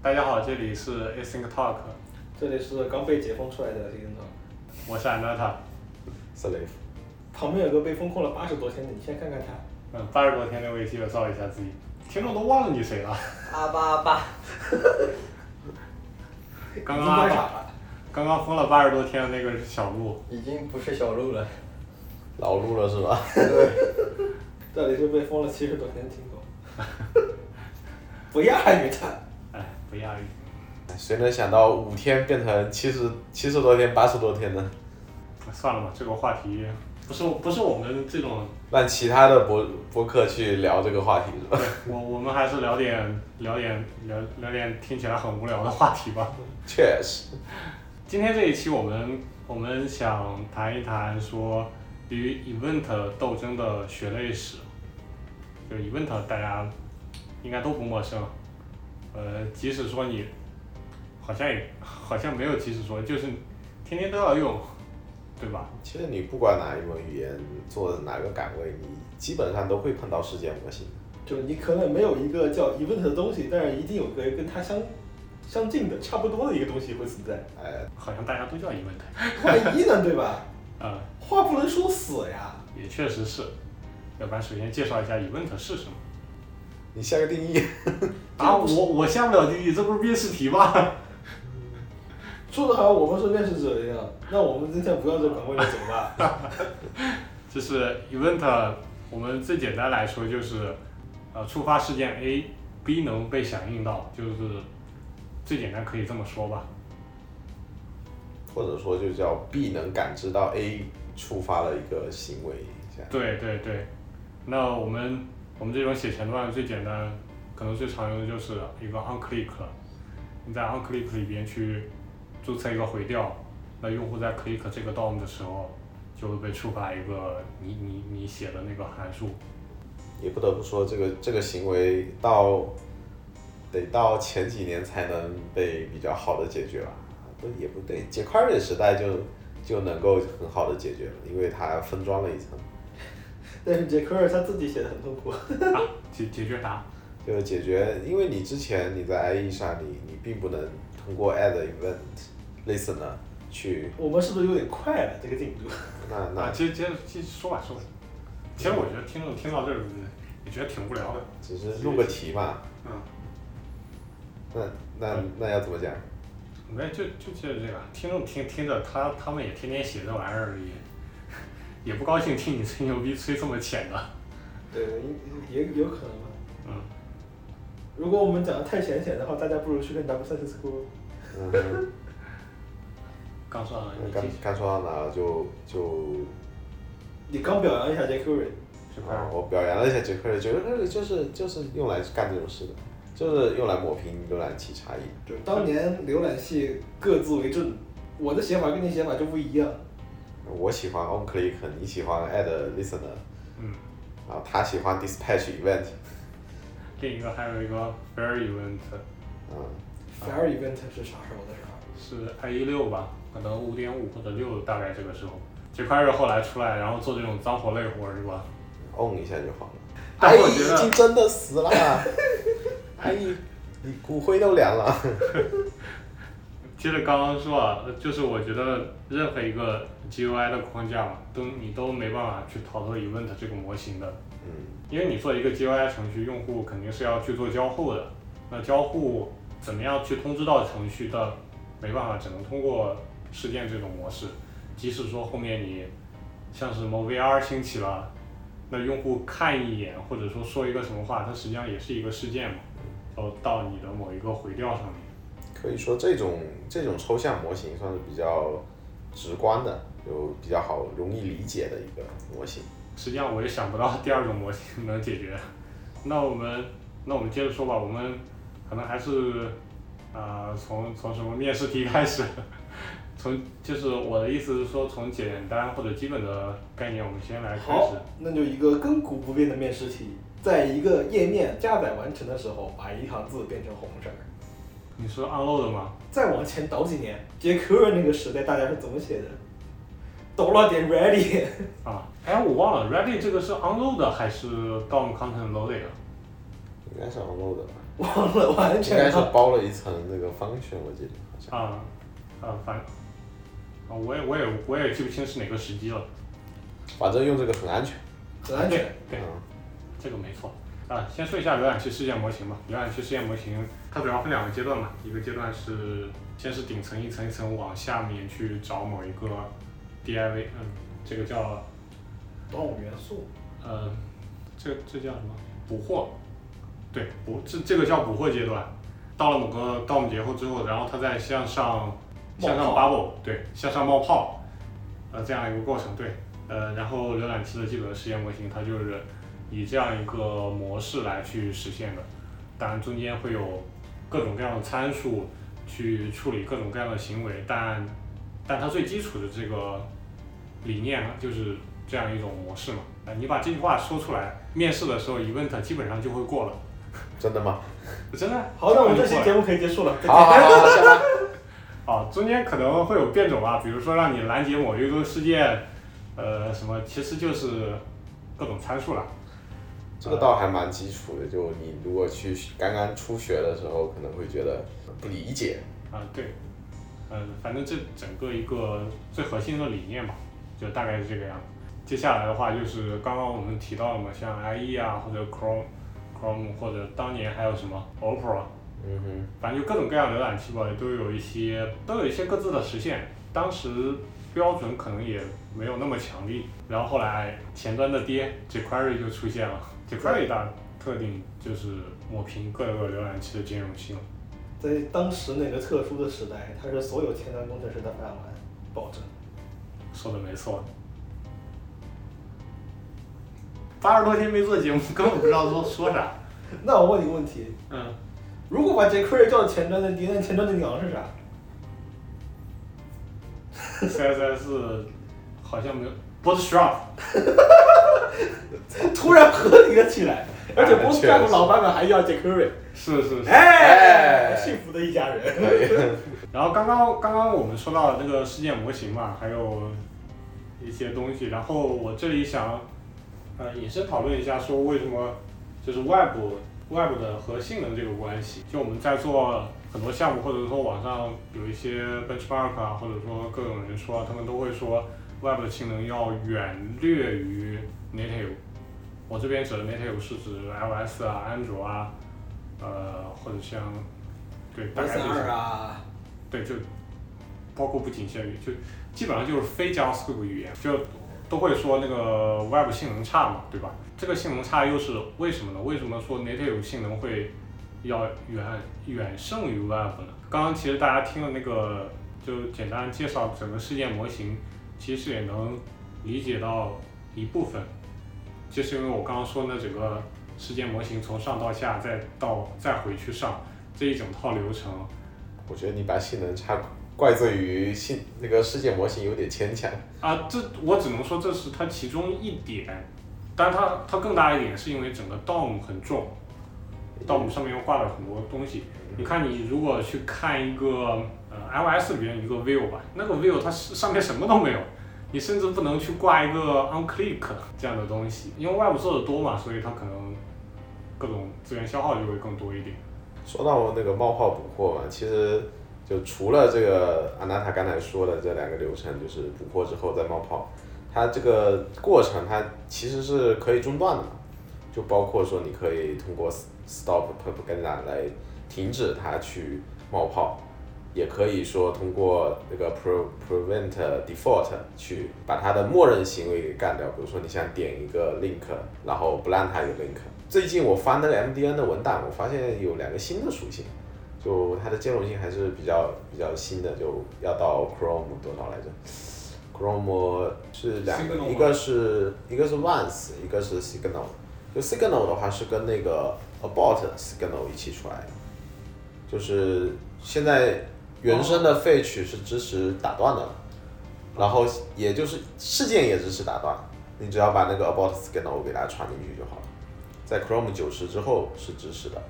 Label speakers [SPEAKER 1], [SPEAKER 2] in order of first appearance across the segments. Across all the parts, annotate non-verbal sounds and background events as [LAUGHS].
[SPEAKER 1] 大家好，这里是 Async Talk，
[SPEAKER 2] 这里是刚被解封出来的听众，
[SPEAKER 1] 我是 Anata。
[SPEAKER 3] slave，
[SPEAKER 2] 旁边有个被封控了八十多天的，你先看看他。
[SPEAKER 1] 嗯，八十多天的我也介绍一下自己，听众都忘了你谁了。 [LAUGHS]
[SPEAKER 4] 阿巴阿巴，
[SPEAKER 1] 刚
[SPEAKER 2] 已
[SPEAKER 1] 刚
[SPEAKER 2] 经
[SPEAKER 1] 阿
[SPEAKER 2] 关傻
[SPEAKER 1] 宝，
[SPEAKER 2] 了。
[SPEAKER 1] 刚刚封了八十多天的那个是小鹿，
[SPEAKER 4] 已经不是小鹿了。
[SPEAKER 3] 老陆了是吧？ [LAUGHS]
[SPEAKER 2] 这里是被封了七十多天的听众， [LAUGHS] 不亚于他。
[SPEAKER 1] 哎，不亚于。
[SPEAKER 3] 谁能想到五天变成七十七十多天、八十多天呢？
[SPEAKER 1] 算了吧，这个话题不是不是我们这种，
[SPEAKER 3] 让其他的博博客去聊这个话题是吧？
[SPEAKER 1] 我我们还是聊点聊点聊聊点听起来很无聊的话题吧。
[SPEAKER 3] 确实，
[SPEAKER 1] 今天这一期我们我们想谈一谈说与 event 斗争的血泪史，就是 event 大家应该都不陌生，呃，即使说你好像也好像没有即使说，就是天天都要用，对吧？
[SPEAKER 3] 其实你不管哪一门语言，做哪个岗位，你基本上都会碰到事件模型。
[SPEAKER 2] 就你可能没有一个叫 event 的东西，但是一定有个跟它相相近的、差不多的一个东西会存在。
[SPEAKER 3] 哎，
[SPEAKER 1] 好像大家都叫 event，
[SPEAKER 2] 万一呢，对吧？
[SPEAKER 1] 呃，
[SPEAKER 2] 话不能说死呀。
[SPEAKER 1] 也确实是。要不然首先介绍一下 event 是什么
[SPEAKER 3] 你下个定义，
[SPEAKER 1] 啊？我我下不了定义，这不是面试题吗？
[SPEAKER 2] 说的好像我们是面试者一样，那我们今天不要这岗位了，怎么办？ [LAUGHS]
[SPEAKER 1] 就是 event，我们最简单来说就是，呃，触发事件 A、B 能被响应到，就是最简单可以这么说吧。
[SPEAKER 3] 或者说就叫 B 能感知到 A 触发了一个行为，这样
[SPEAKER 1] 对对对，那我们我们这种写前段最简单，可能最常用的就是一个 on click，你在 on click 里边去注册一个回调，那用户在 click 这个 DOM 的时候，就会被触发一个你你你写的那个函数。
[SPEAKER 3] 也不得不说这个这个行为到得到前几年才能被比较好的解决吧，不也不对，解 query 时代就就能够很好的解决了，因为它分装了一层，
[SPEAKER 2] 但是杰克尔他自己写的很痛苦。
[SPEAKER 1] 啊，解解决啥？
[SPEAKER 3] 就解决，因为你之前你在 IE 上你你并不能通过 add event listener 去，
[SPEAKER 2] 我们是不是有点快了？这个进度？
[SPEAKER 3] 那
[SPEAKER 1] 啊，
[SPEAKER 3] 那
[SPEAKER 1] 其实其实其实说吧说吧，其实我觉得听众听到这儿也觉得挺无聊的。
[SPEAKER 3] 只是录个题嘛，
[SPEAKER 1] 嗯，
[SPEAKER 3] 那那那要怎么讲？
[SPEAKER 1] 没就就就是这个，听众听听着他他们也天天写这玩意儿也也不高兴听你吹牛逼吹这么浅的。
[SPEAKER 2] 对，也也有可能吧。
[SPEAKER 1] 嗯，
[SPEAKER 2] 如果我们讲的太浅显的话，大家不如去看 W 三十 School。
[SPEAKER 3] 嗯哼。
[SPEAKER 1] 刚说到
[SPEAKER 3] 那
[SPEAKER 1] 你
[SPEAKER 3] 刚
[SPEAKER 1] 继续
[SPEAKER 3] 刚说到哪了？就就
[SPEAKER 2] 你刚表扬一下 Jack Curry，
[SPEAKER 1] 这块
[SPEAKER 3] 啊
[SPEAKER 1] 儿，
[SPEAKER 3] 我表扬了一下杰克瑞，杰克瑞就是就是用来干这种事的，就是用来抹平浏览器差异。
[SPEAKER 2] 就是当年浏览器各自为政，我的写法跟你写法就不一样。
[SPEAKER 3] 我喜欢 on click，你喜欢 add listener，
[SPEAKER 1] 嗯，
[SPEAKER 3] 然后他喜欢 dispatch event，
[SPEAKER 1] 另一个还有一个 fair event
[SPEAKER 3] 嗯，
[SPEAKER 2] Fair Event 是啥时候的事儿？
[SPEAKER 1] 是 IE 六吧，可能五点五或者六大概这个时候。这块是后来出来，然后做这种脏活累活是吧？
[SPEAKER 3] on 一下就好了。
[SPEAKER 1] 但是我
[SPEAKER 3] 哎
[SPEAKER 1] 觉得
[SPEAKER 3] 已经真的死了， [LAUGHS] 哎，你骨灰都凉了。
[SPEAKER 1] 接着刚刚说啊，就是我觉得任何一个 GUI 的框架嘛，都你都没办法去逃脱 event 这个模型的，
[SPEAKER 3] 嗯，
[SPEAKER 1] 因为你做一个 GUI 程序，用户肯定是要去做交互的。那交互怎么样去通知到程序的？没办法，只能通过事件这种模式。即使说后面你像是什么 VR 兴起了，那用户看一眼或者说说一个什么话，它实际上也是一个事件嘛，到到你的某一个回调上面。
[SPEAKER 3] 可以说这种这种抽象模型算是比较直观的，就比较好容易理解的一个模型。
[SPEAKER 1] 实际上我也想不到第二种模型能解决。 [LAUGHS] 那我们那我们接着说吧，我们可能还是啊、呃从从什么面试题开始， [LAUGHS] 从就是我的意思是说，从简单或者基本的概念，我们先来哎开
[SPEAKER 2] 好
[SPEAKER 1] 始。，
[SPEAKER 2] 那就一个亘古不变的面试题，在一个页面加载完成的时候，把一行字变成红色儿。
[SPEAKER 1] 你是 unload 吗？
[SPEAKER 2] 再往前倒几年，杰克瑞那个时代大家是怎么写的？抖了点 ready，
[SPEAKER 1] 啊，哎，我忘了，Ready 这个是 unload 还是 DOM content loading 啊？
[SPEAKER 3] 应该是 on load 的吧？
[SPEAKER 2] [LAUGHS] 忘了完
[SPEAKER 3] 应该
[SPEAKER 2] 全
[SPEAKER 3] 是
[SPEAKER 2] 了。
[SPEAKER 3] 包了一层那个 function，我记得好像。
[SPEAKER 1] 啊啊，反啊，我也我也我也记不清是哪个时机了。
[SPEAKER 3] 反正用这个很安全。
[SPEAKER 2] 很安全。
[SPEAKER 1] 对，
[SPEAKER 3] 嗯
[SPEAKER 1] 这个没错。啊，先说一下浏览器事件模型吧。浏览器事件模型它主要分两个阶段嘛，一个阶段是先是顶层一层一层往下面去找某一个 DIV，嗯，这个叫
[SPEAKER 2] 端午元素，
[SPEAKER 1] 呃，这这叫什么？捕获，对，捕这这个叫捕获阶段。到了某个盗墓节后之后，然后它再向上向上
[SPEAKER 2] 冒
[SPEAKER 1] bubble，对，向上冒泡，呃，这样一个过程，对，呃，然后浏览器的基本的实验模型，它就是以这样一个模式来去实现的。当然，中间会有各种各样的参数去处理各种各样的行为，但但它最基础的这个理念啊，就是这样一种模式嘛。呃，你把这句话说出来，面试的时候 event 基本上就会过了，
[SPEAKER 3] 真的吗？
[SPEAKER 1] 真的。
[SPEAKER 2] 好，那我们这
[SPEAKER 1] 基
[SPEAKER 2] 期
[SPEAKER 1] 本上就过了
[SPEAKER 2] 节目可以结束了。再见
[SPEAKER 3] 好好好，好下班。
[SPEAKER 1] 啊，中间可能会有变种啊，比如说让你拦截某一个事件，呃，什么，其实就是各种参数了。
[SPEAKER 3] 这个倒还蛮基础的，就你如果去刚刚初学的时候，可能会觉得不理解。
[SPEAKER 1] 啊，对，呃，反正这整个一个最核心的理念吧，就大概是这个样子。接下来的话就是刚刚我们提到了嘛，像 IE 啊，或者 Chrome、Chrome，或者当年还有什么 Opera，
[SPEAKER 3] 嗯哼，
[SPEAKER 1] 反正就各种各样的浏览器吧，都有一些都有一些各自的实现。当时标准可能也没有那么强力，然后后来前端的爹 jQuery 就出现了。jQuery 的特定就是抹平各个浏览器的兼容性。
[SPEAKER 2] 在当时那个特殊的时代，它是所有前端工程师的饭碗保证。 [LAUGHS]
[SPEAKER 1] 说的没错。八十多天没做节目，根本不知道说说啥。
[SPEAKER 2] 那我问你个问题：
[SPEAKER 1] 嗯，
[SPEAKER 2] 如果把 jQuery 叫前端的敌人，前端的娘是啥？ [LAUGHS]
[SPEAKER 1] CSS 好像没有 Bootstrap，
[SPEAKER 2] 突然合理了起来，而且
[SPEAKER 3] 哎
[SPEAKER 2] Bootstrap
[SPEAKER 3] 确实
[SPEAKER 2] 老板们还要 jQuery，
[SPEAKER 1] 是是是。
[SPEAKER 2] 哎，
[SPEAKER 3] 哎
[SPEAKER 2] 幸福的一家人。
[SPEAKER 3] 可以。
[SPEAKER 1] 然后刚刚刚刚我们说到那个事件模型嘛，还有一些东西。然后我这里想，呃，引申讨论一下，说为什么就是 Web Web 的和性能这个关系。就我们在做很多项目，或者说网上有一些 benchmark 啊，或者说各种人说啊，他们都会说 Web 的性能要远略于 Native。我这边指的 Native 是指 iOS 啊、安卓啊，呃，或者像对大概就是
[SPEAKER 2] 啊，
[SPEAKER 1] 对，就包括不仅限于，就基本上就是非 JavaScript 语言，就都会说那个 Web 性能差嘛，对吧？这个性能差又是为什么呢？为什么说 Native 性能会要远远胜于 Web 呢？刚刚其实大家听了那个，就简单介绍整个事件模型，其实也能理解到一部分，就是因为我刚刚说那整个事件模型从上到下，再到再回去上这一整套流程。
[SPEAKER 3] 我觉得你把性能差怪罪于性那个世界模型有点牵强。
[SPEAKER 1] 啊，这我只能说这是它其中一点，但它它更大一点是因为整个 DOM 很重，DOM 上面又挂了很多东西。你看，你如果去看一个呃 iOS 里面一个 view 吧，那个 view 它是上面什么都没有，你甚至不能去挂一个 onClick 这样的东西，因为 Web 做的多嘛，所以它可能各种资源消耗就会更多一点。
[SPEAKER 3] 说到那个冒泡捕获嘛，其实就除了这个安娜塔刚才说的这两个流程，就是捕获之后再冒泡，它这个过程它其实是可以中断的嘛，就包括说你可以通过 s- stop propaganda 来停止它去冒泡，也可以说通过那个 pre prevent default 去把它的默认行为给干掉。比如说你想点一个 link，然后不让它有 link。最近我翻那个 MDN 的文档，我发现有两个新的属性，就它的兼容性还是比较比较新的，就要到 Chrome 多少来着？Chrome 是两个
[SPEAKER 1] Signal，吗
[SPEAKER 3] 一个是一个是 Once，一个是 Signal。就 Signal 的话是跟那个 About Signal 一起出来的，就是现在原生的 fetch 是支持打断的，然后也就是事件也支持打断，你只要把那个 About Signal 给它传进去就好了。在 Chrome 九十之后是支持的，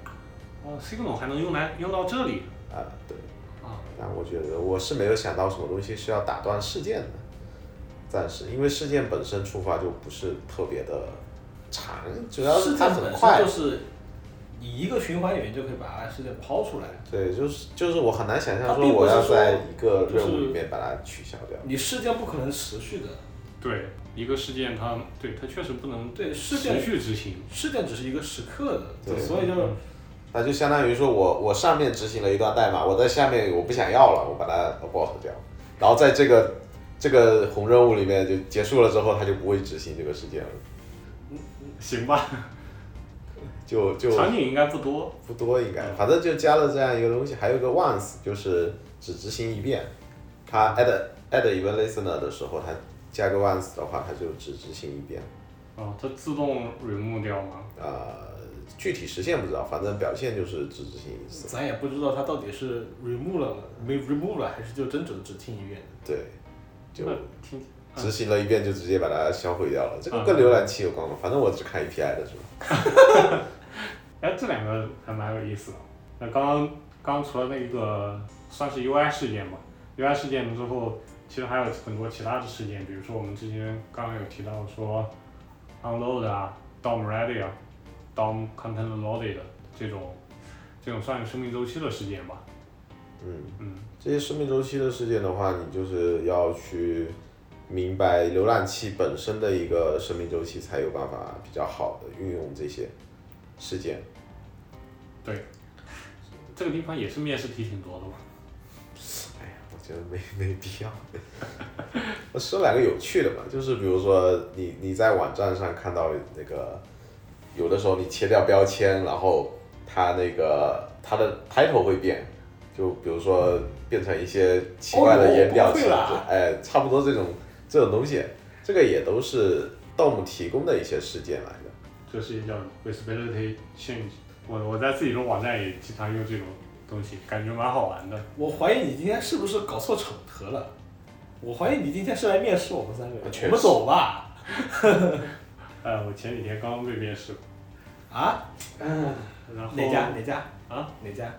[SPEAKER 1] 哦，Signal 还能用来用到这里
[SPEAKER 3] 啊、对。
[SPEAKER 1] 啊？
[SPEAKER 3] 但我觉得我是没有想到什么东西是要打断事件的，暂时，因为事件本身触发就不是特别的长，主要
[SPEAKER 4] 事
[SPEAKER 3] 它
[SPEAKER 4] 件
[SPEAKER 3] 很
[SPEAKER 4] 本
[SPEAKER 3] 快
[SPEAKER 4] 身就，是
[SPEAKER 2] 你一个循环里面就可以把它事件抛出来。
[SPEAKER 3] 对，就是就是我很难想象
[SPEAKER 2] 它
[SPEAKER 3] 说
[SPEAKER 2] 并不
[SPEAKER 3] 我
[SPEAKER 2] 是
[SPEAKER 3] 要
[SPEAKER 2] 说
[SPEAKER 3] 在一个
[SPEAKER 2] 就
[SPEAKER 3] 任
[SPEAKER 2] 是
[SPEAKER 3] 务里面把它取消掉。
[SPEAKER 2] 你事件不可能持续的，
[SPEAKER 1] 对一个事件它，对它确实不能
[SPEAKER 2] 对事
[SPEAKER 1] 持
[SPEAKER 2] 件
[SPEAKER 1] 续执行。
[SPEAKER 2] 事件只是一个时刻
[SPEAKER 3] 对
[SPEAKER 2] 的，所以就
[SPEAKER 3] 那就相当于说我我上面执行了一段代码，我在下面我不想要了，我把它 abort 掉，然后在这个这个红任务里面就结束了之后，它就不会执行这个事件了，
[SPEAKER 1] 行吧，
[SPEAKER 3] 就就
[SPEAKER 1] 场景应该不多。
[SPEAKER 3] 不多应该，反正就加了这样一个东西，还有一个 once 就是只执行一遍，它 add add event listener 的时候，它加个 once 的话，它就只执行一遍，
[SPEAKER 1] 啊，它自动 remove 掉吗？
[SPEAKER 3] 呃，具体实现不知道，反正表现就是只执行一次，
[SPEAKER 2] 咱也不知道它到底是 remove 了没 remove 了，还是就真正只听一遍。
[SPEAKER 3] 对，就
[SPEAKER 1] 那听嗯
[SPEAKER 3] 执行了一遍就直接把它销毁掉了，这个
[SPEAKER 1] 嗯
[SPEAKER 3] 跟浏览器有关吗？反正我只看 API 的是吧？
[SPEAKER 1] 哎，这两个还蛮有意思的。那刚刚刚除了那个算是 UI 事件吧，UI 事件之后，其实还有很多其他的事件，比如说我们之前刚刚有提到说 unload 啊、DOM ready 啊、DOM content loaded 这种这种算是生命周期的事件吧。
[SPEAKER 3] 嗯，
[SPEAKER 1] 嗯，
[SPEAKER 3] 这些生命周期的事件的话，你就是要去明白浏览器本身的一个生命周期，才有办法比较好的运用这些事件。
[SPEAKER 1] 这个地方也是面试题挺多的嘛。
[SPEAKER 3] 哎呀，我觉得没没必要。我 [LAUGHS] 说两个有趣的吧，就是比如说你你在网站上看到那个，有的时候你切掉标签，然后它那个它的 title 会变，就比如说变成一些奇怪的
[SPEAKER 2] 哦
[SPEAKER 3] 颜料
[SPEAKER 2] 我不
[SPEAKER 3] 词，
[SPEAKER 2] 会啦
[SPEAKER 3] 哎，差不多这种这种东西，这个也都是 DOM 提供的一些事件来的。
[SPEAKER 1] 这是一叫 visibility change。我我在自己的网站也经常用这种东西，感觉蛮好玩的。
[SPEAKER 2] 我怀疑你今天是不是搞错场合了？我怀疑你今天是来面试我们三个人。
[SPEAKER 3] 确实
[SPEAKER 2] 我们走吧。
[SPEAKER 1] 呃，我前几天刚刚被面试，
[SPEAKER 2] 啊？嗯。
[SPEAKER 1] 然后
[SPEAKER 2] 哪家？哪家？
[SPEAKER 1] 啊？
[SPEAKER 2] 哪家？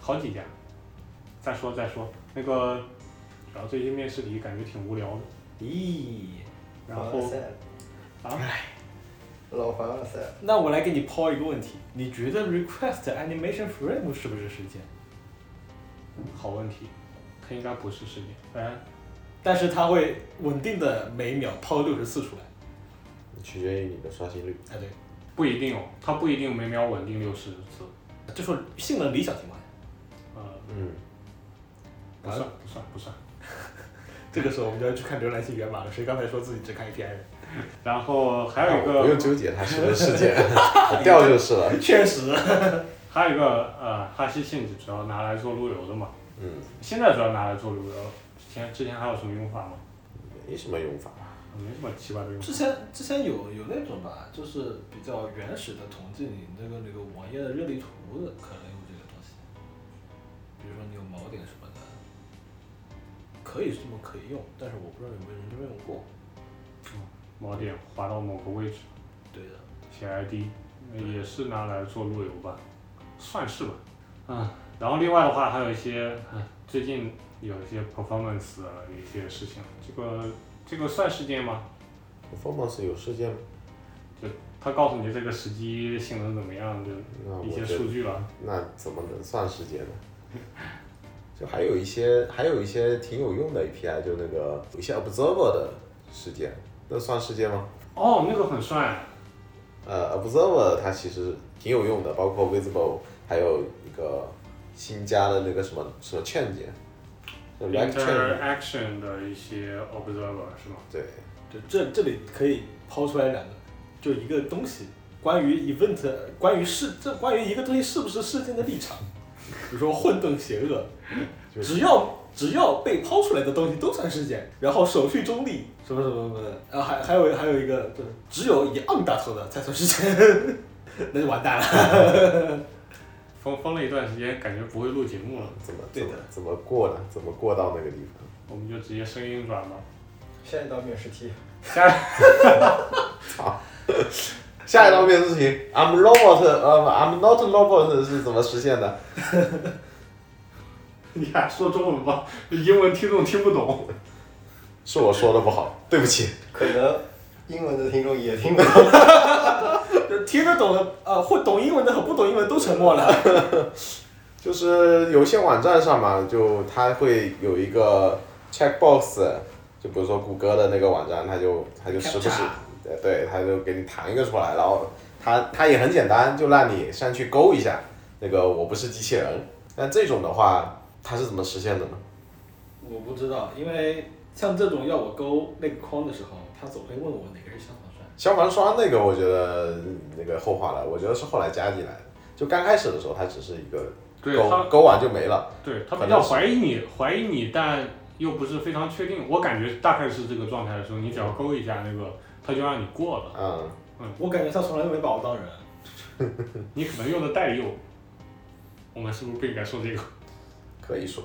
[SPEAKER 1] 好几家。再说再说，那个，然后这些面试题感觉挺无聊的。
[SPEAKER 2] 咦？
[SPEAKER 1] 然
[SPEAKER 3] 哦
[SPEAKER 1] 后啊，
[SPEAKER 4] 老黄了噻，
[SPEAKER 2] 那我来给你抛一个问题，你觉得 request animation frame 是不是事件？
[SPEAKER 1] 好问题，它应该不是事件。哎，
[SPEAKER 2] 但是它会稳定的每秒抛六十次出来。
[SPEAKER 3] 取决于你的刷新率，
[SPEAKER 2] 哎，对，
[SPEAKER 1] 不一定哦，它不一定每秒稳定六十次。
[SPEAKER 2] 就说性能理想情况下，
[SPEAKER 1] 呃，
[SPEAKER 3] 嗯，
[SPEAKER 1] 不
[SPEAKER 3] 啊
[SPEAKER 1] 算不算不算。
[SPEAKER 2] 这个时候我们就要去看浏览器源码了。谁刚才说自己只看 API 的？
[SPEAKER 1] 然后还有一
[SPEAKER 3] 我不用
[SPEAKER 1] 个，
[SPEAKER 3] 纠结它是不是事件，我掉就是了。
[SPEAKER 2] 确实，
[SPEAKER 1] 还有一个呃，哈希性质主要拿来做路由的嘛。
[SPEAKER 3] 嗯，
[SPEAKER 1] 现在主要拿来做旅游，之前之前还有什么用法吗？
[SPEAKER 3] 没什么用法。
[SPEAKER 1] 没什么奇怪的用法
[SPEAKER 2] 之。前之前有有那种吧，就是比较原始的统计你那个那个网页的热力图的，可能有这个东西。比如说你有锚点什么的，可以这么可以用，但是我不知道有没有人真用过。
[SPEAKER 1] 锚点滑到某个位置
[SPEAKER 2] 对的，
[SPEAKER 1] 写 ID，呃也是拿来做路由吧，算是吧。嗯，然后另外的话还有一些，哎最近有一些 performance 的一些事情，这个这个算事件吗？
[SPEAKER 3] performance 有事件吗，
[SPEAKER 1] 它告诉你这个时机性能怎么样的
[SPEAKER 3] 那嗯我
[SPEAKER 1] 一些
[SPEAKER 3] 觉得
[SPEAKER 1] 数据了。
[SPEAKER 3] 那怎么能算事件呢？就还有一些，还有一些挺有用的 API，就那个有一些 observer 的事件，那算事件吗？
[SPEAKER 1] 哦，那个很帅，
[SPEAKER 3] 呃，observer 它其实挺有用的，包括 visible，还有一个新加的那个什么什么 change，叫 rank change，
[SPEAKER 1] interaction 的一些 observer 是吗？
[SPEAKER 3] 对，
[SPEAKER 2] 就这这里可以抛出来两个，就一个东西，关于 event，关于事，这关于一个东西是不是事件的立场，比如说混沌邪恶，
[SPEAKER 3] 就是
[SPEAKER 2] 只要只要被抛出来的东西都算事件，然后手续中立，什么什么什么的，然后还还有还有一个就是只有以 on 打头的才算事件， [LAUGHS] 那就完蛋了。 [LAUGHS]
[SPEAKER 1] 封封了一段时间，感觉不会录节目了，
[SPEAKER 3] 怎么
[SPEAKER 2] 对
[SPEAKER 3] 怎
[SPEAKER 2] 的
[SPEAKER 3] 么怎么过呢？怎么过到那个地方？
[SPEAKER 1] 我们就直接声音转吧。
[SPEAKER 4] 下一道面试题，
[SPEAKER 3] 下一道面试题，I'm robot，呃、i m not robot 是怎么实现的？
[SPEAKER 1] [LAUGHS] 你还说中文吧，英文听众听不懂。
[SPEAKER 3] 是我说的不好，对不起。
[SPEAKER 4] 可能英文的听众也听不懂。
[SPEAKER 2] 就
[SPEAKER 5] 听得懂的，呃，会懂英文的和不懂英文都沉默了。
[SPEAKER 3] 就是有些网站上嘛，就它会有一个 checkbox，就比如说谷歌的那个网站，它就它就时不时
[SPEAKER 5] Captcha，
[SPEAKER 3] 呃对，它就给你弹一个出来，然后它它也很简单，就让你上去勾一下那个我不是机器人。但这种的话，它是怎么实现的呢？
[SPEAKER 2] 我不知道，因为像这种要我勾那个框的时候，他总会问我哪个是消防栓。
[SPEAKER 3] 消防栓那个，我觉得嗯那个后话了，我觉得是后来加进来的。就刚开始的时候，它只是一个
[SPEAKER 1] 对
[SPEAKER 3] 勾
[SPEAKER 1] 他，
[SPEAKER 3] 勾完就没了。
[SPEAKER 1] 对他
[SPEAKER 3] 可
[SPEAKER 1] 比
[SPEAKER 3] 能
[SPEAKER 1] 较
[SPEAKER 3] 是
[SPEAKER 1] 怀疑你，怀疑你，但又不是非常确定。我感觉大概是这个状态的时候，你只要勾一下那个，他就让你过了。
[SPEAKER 3] 嗯，
[SPEAKER 5] 我感觉他从来没把我当人。
[SPEAKER 1] 你可能用的代用，我们是不是不应该说这个？ [LAUGHS]
[SPEAKER 3] 可以说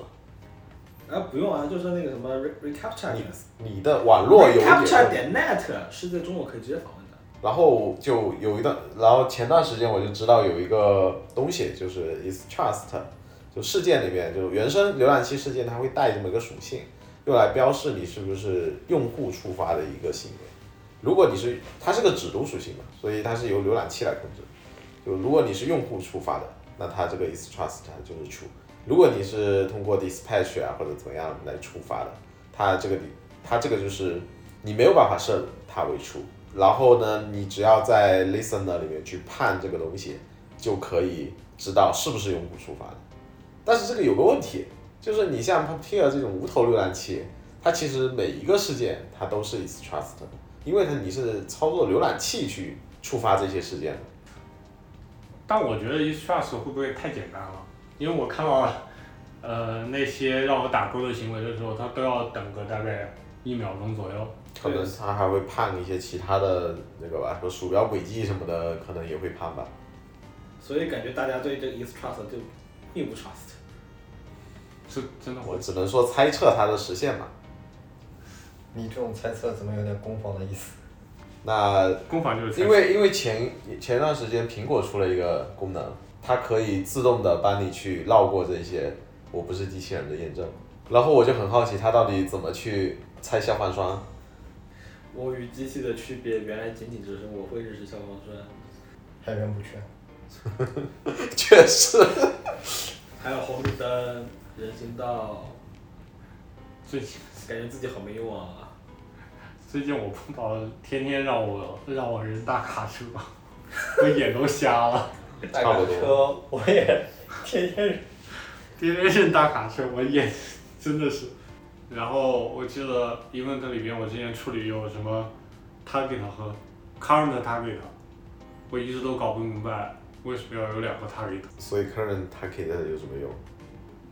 [SPEAKER 5] 啊，不用啊，就是那个什么 re recaptcha
[SPEAKER 3] 你
[SPEAKER 5] 点
[SPEAKER 3] 你的网络有一点
[SPEAKER 5] recaptcha 点 net 是在中国可以直接访问的。
[SPEAKER 3] 然后就有一段，然后前段时间我就知道有一个东西，就是 is trust，就事件里面就原生浏览器事件，它会带这么一个属性，用来标示你是不是用户触发的一个行为。如果你是它是个指读属性嘛，所以它是由浏览器来控制。就如果你是用户触发的，那它这个 is trust 它就是触；如果你是通过 dispatch 啊或者怎么样来触发的，它这个它这个就是你没有办法设它为出。然后呢，你只要在 listener 里面去判这个东西，就可以知道是不是用户触发的。但是这个有个问题，就是你像 Puppeteer 这种无头浏览器，它其实每一个事件它都是 is trust 的，因为它你是操作浏览器去触发这些事件的。
[SPEAKER 1] 但我觉得 i s t r u s 会不会太简单了？因为我看到，呃，那些让我打勾的行为的时候，他都要等个大概一秒钟左右。
[SPEAKER 3] 可能它还会判一些其他的那个吧，什么鼠标轨迹什么的，可能也会判吧。
[SPEAKER 5] 所以感觉大家对这个 is trust 就并不 trust。
[SPEAKER 1] 是真的，我
[SPEAKER 3] 我只能说猜测它的实现嘛。
[SPEAKER 4] 你这种猜测怎么有点攻防的意思？
[SPEAKER 3] 那
[SPEAKER 1] 攻防就是猜
[SPEAKER 3] 因为因为前前段时间苹果出了一个功能，它可以自动的帮你去绕过这些我不是机器人的验证，然后我就很好奇它到底怎么去拆消防栓。
[SPEAKER 5] 我与机器的区别原来仅仅只是我会认识消防栓，
[SPEAKER 4] 还有人不全，
[SPEAKER 3] [LAUGHS] 确实，
[SPEAKER 5] 还有红绿灯、人行道，
[SPEAKER 1] 最近
[SPEAKER 5] 感觉自己好没用啊。
[SPEAKER 1] 最近我碰到了天天让我让我人大卡车， [LAUGHS] 我眼都瞎了。
[SPEAKER 4] 大
[SPEAKER 3] 差不多
[SPEAKER 4] 卡车我也天天
[SPEAKER 1] 天天认大卡车，我眼真的是。然后我记得 event 里边，我之前处理有什么 target 和 current target，我一直都搞不明白为什么要有两个 target。
[SPEAKER 3] 所以 current target 有什么用？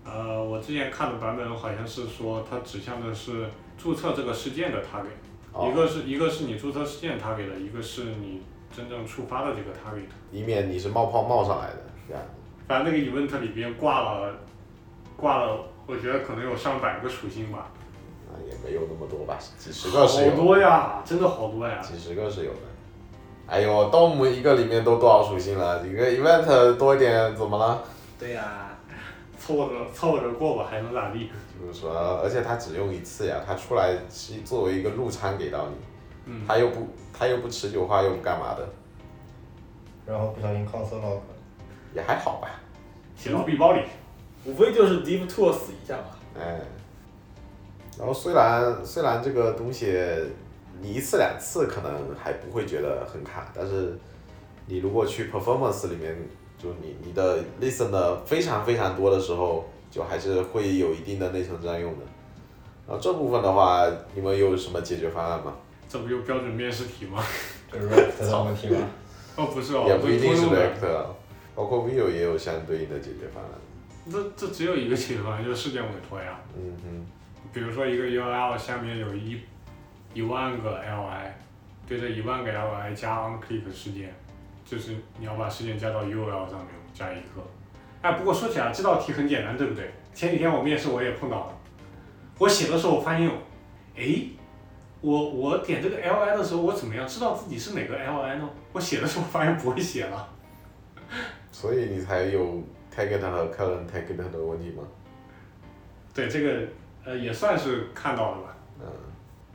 [SPEAKER 1] 呃，我之前看的版本好像是说它指向的是注册这个事件的 target，、
[SPEAKER 3] 哦
[SPEAKER 1] 一个是一个是你注册事件 target 的，一个是你真正触发的这个 target。
[SPEAKER 3] 以免你是冒泡冒上来的，这样
[SPEAKER 1] 反正那个 event 里边挂了挂了，我觉得可能有上百个属性吧。
[SPEAKER 3] 啊也没有那么多吧，几十个是有
[SPEAKER 1] 好
[SPEAKER 3] 的。
[SPEAKER 1] 多呀，真的好多呀。
[SPEAKER 3] 几十个是有的。哎呦，动物一个里面都多少属性了？一个 event 多一点怎么了？
[SPEAKER 5] 对呀、
[SPEAKER 1] 凑合凑合着过吧，还能咋地？
[SPEAKER 3] 就是说，而且它只用一次呀，它出来是作为一个入仓给到你
[SPEAKER 1] 嗯，
[SPEAKER 3] 它又不它又不持久化，又不干嘛的，
[SPEAKER 4] 然后不小心 console log，
[SPEAKER 3] 也还好吧。
[SPEAKER 1] 写到背包里。
[SPEAKER 5] 无非就是 div two 死一下嘛。
[SPEAKER 3] 哎，然后虽然虽然这个东西你一次两次可能还不会觉得很卡，但是你如果去 performance 里面，就你你的 listen 的非常非常多的时候，就还是会有一定的内存占用的。然后这部分的话，你们有什么解决方案吗？
[SPEAKER 1] 这不就标准面试题吗？
[SPEAKER 4] 这是 React 的问题吧？
[SPEAKER 1] 哦，不是哦，
[SPEAKER 3] 也不一定是
[SPEAKER 1] 通用的。
[SPEAKER 3] React，啊包括 Vue 也有相对应的解决方案。
[SPEAKER 1] 这这只有一个解决方案，就是事件委托呀。
[SPEAKER 3] 嗯哼，
[SPEAKER 1] 比如说一个 URL 下面有一一万个 LI，对着一万个 LI 加 onClick 事件，就是你要把事件加到 URL 上面加一个。哎，不过说起来，这道题很简单，对不对？前几天我面试我也碰到了，我写的时候我发现有，哎，我我点这个 LI 的时候，我怎么样知道自己是哪个 LI 呢？我写的时候发现不会写了。
[SPEAKER 3] 所以你才有 target 和 current target 的问题吗？
[SPEAKER 1] 对，这个呃也算是看到了吧。
[SPEAKER 3] 嗯。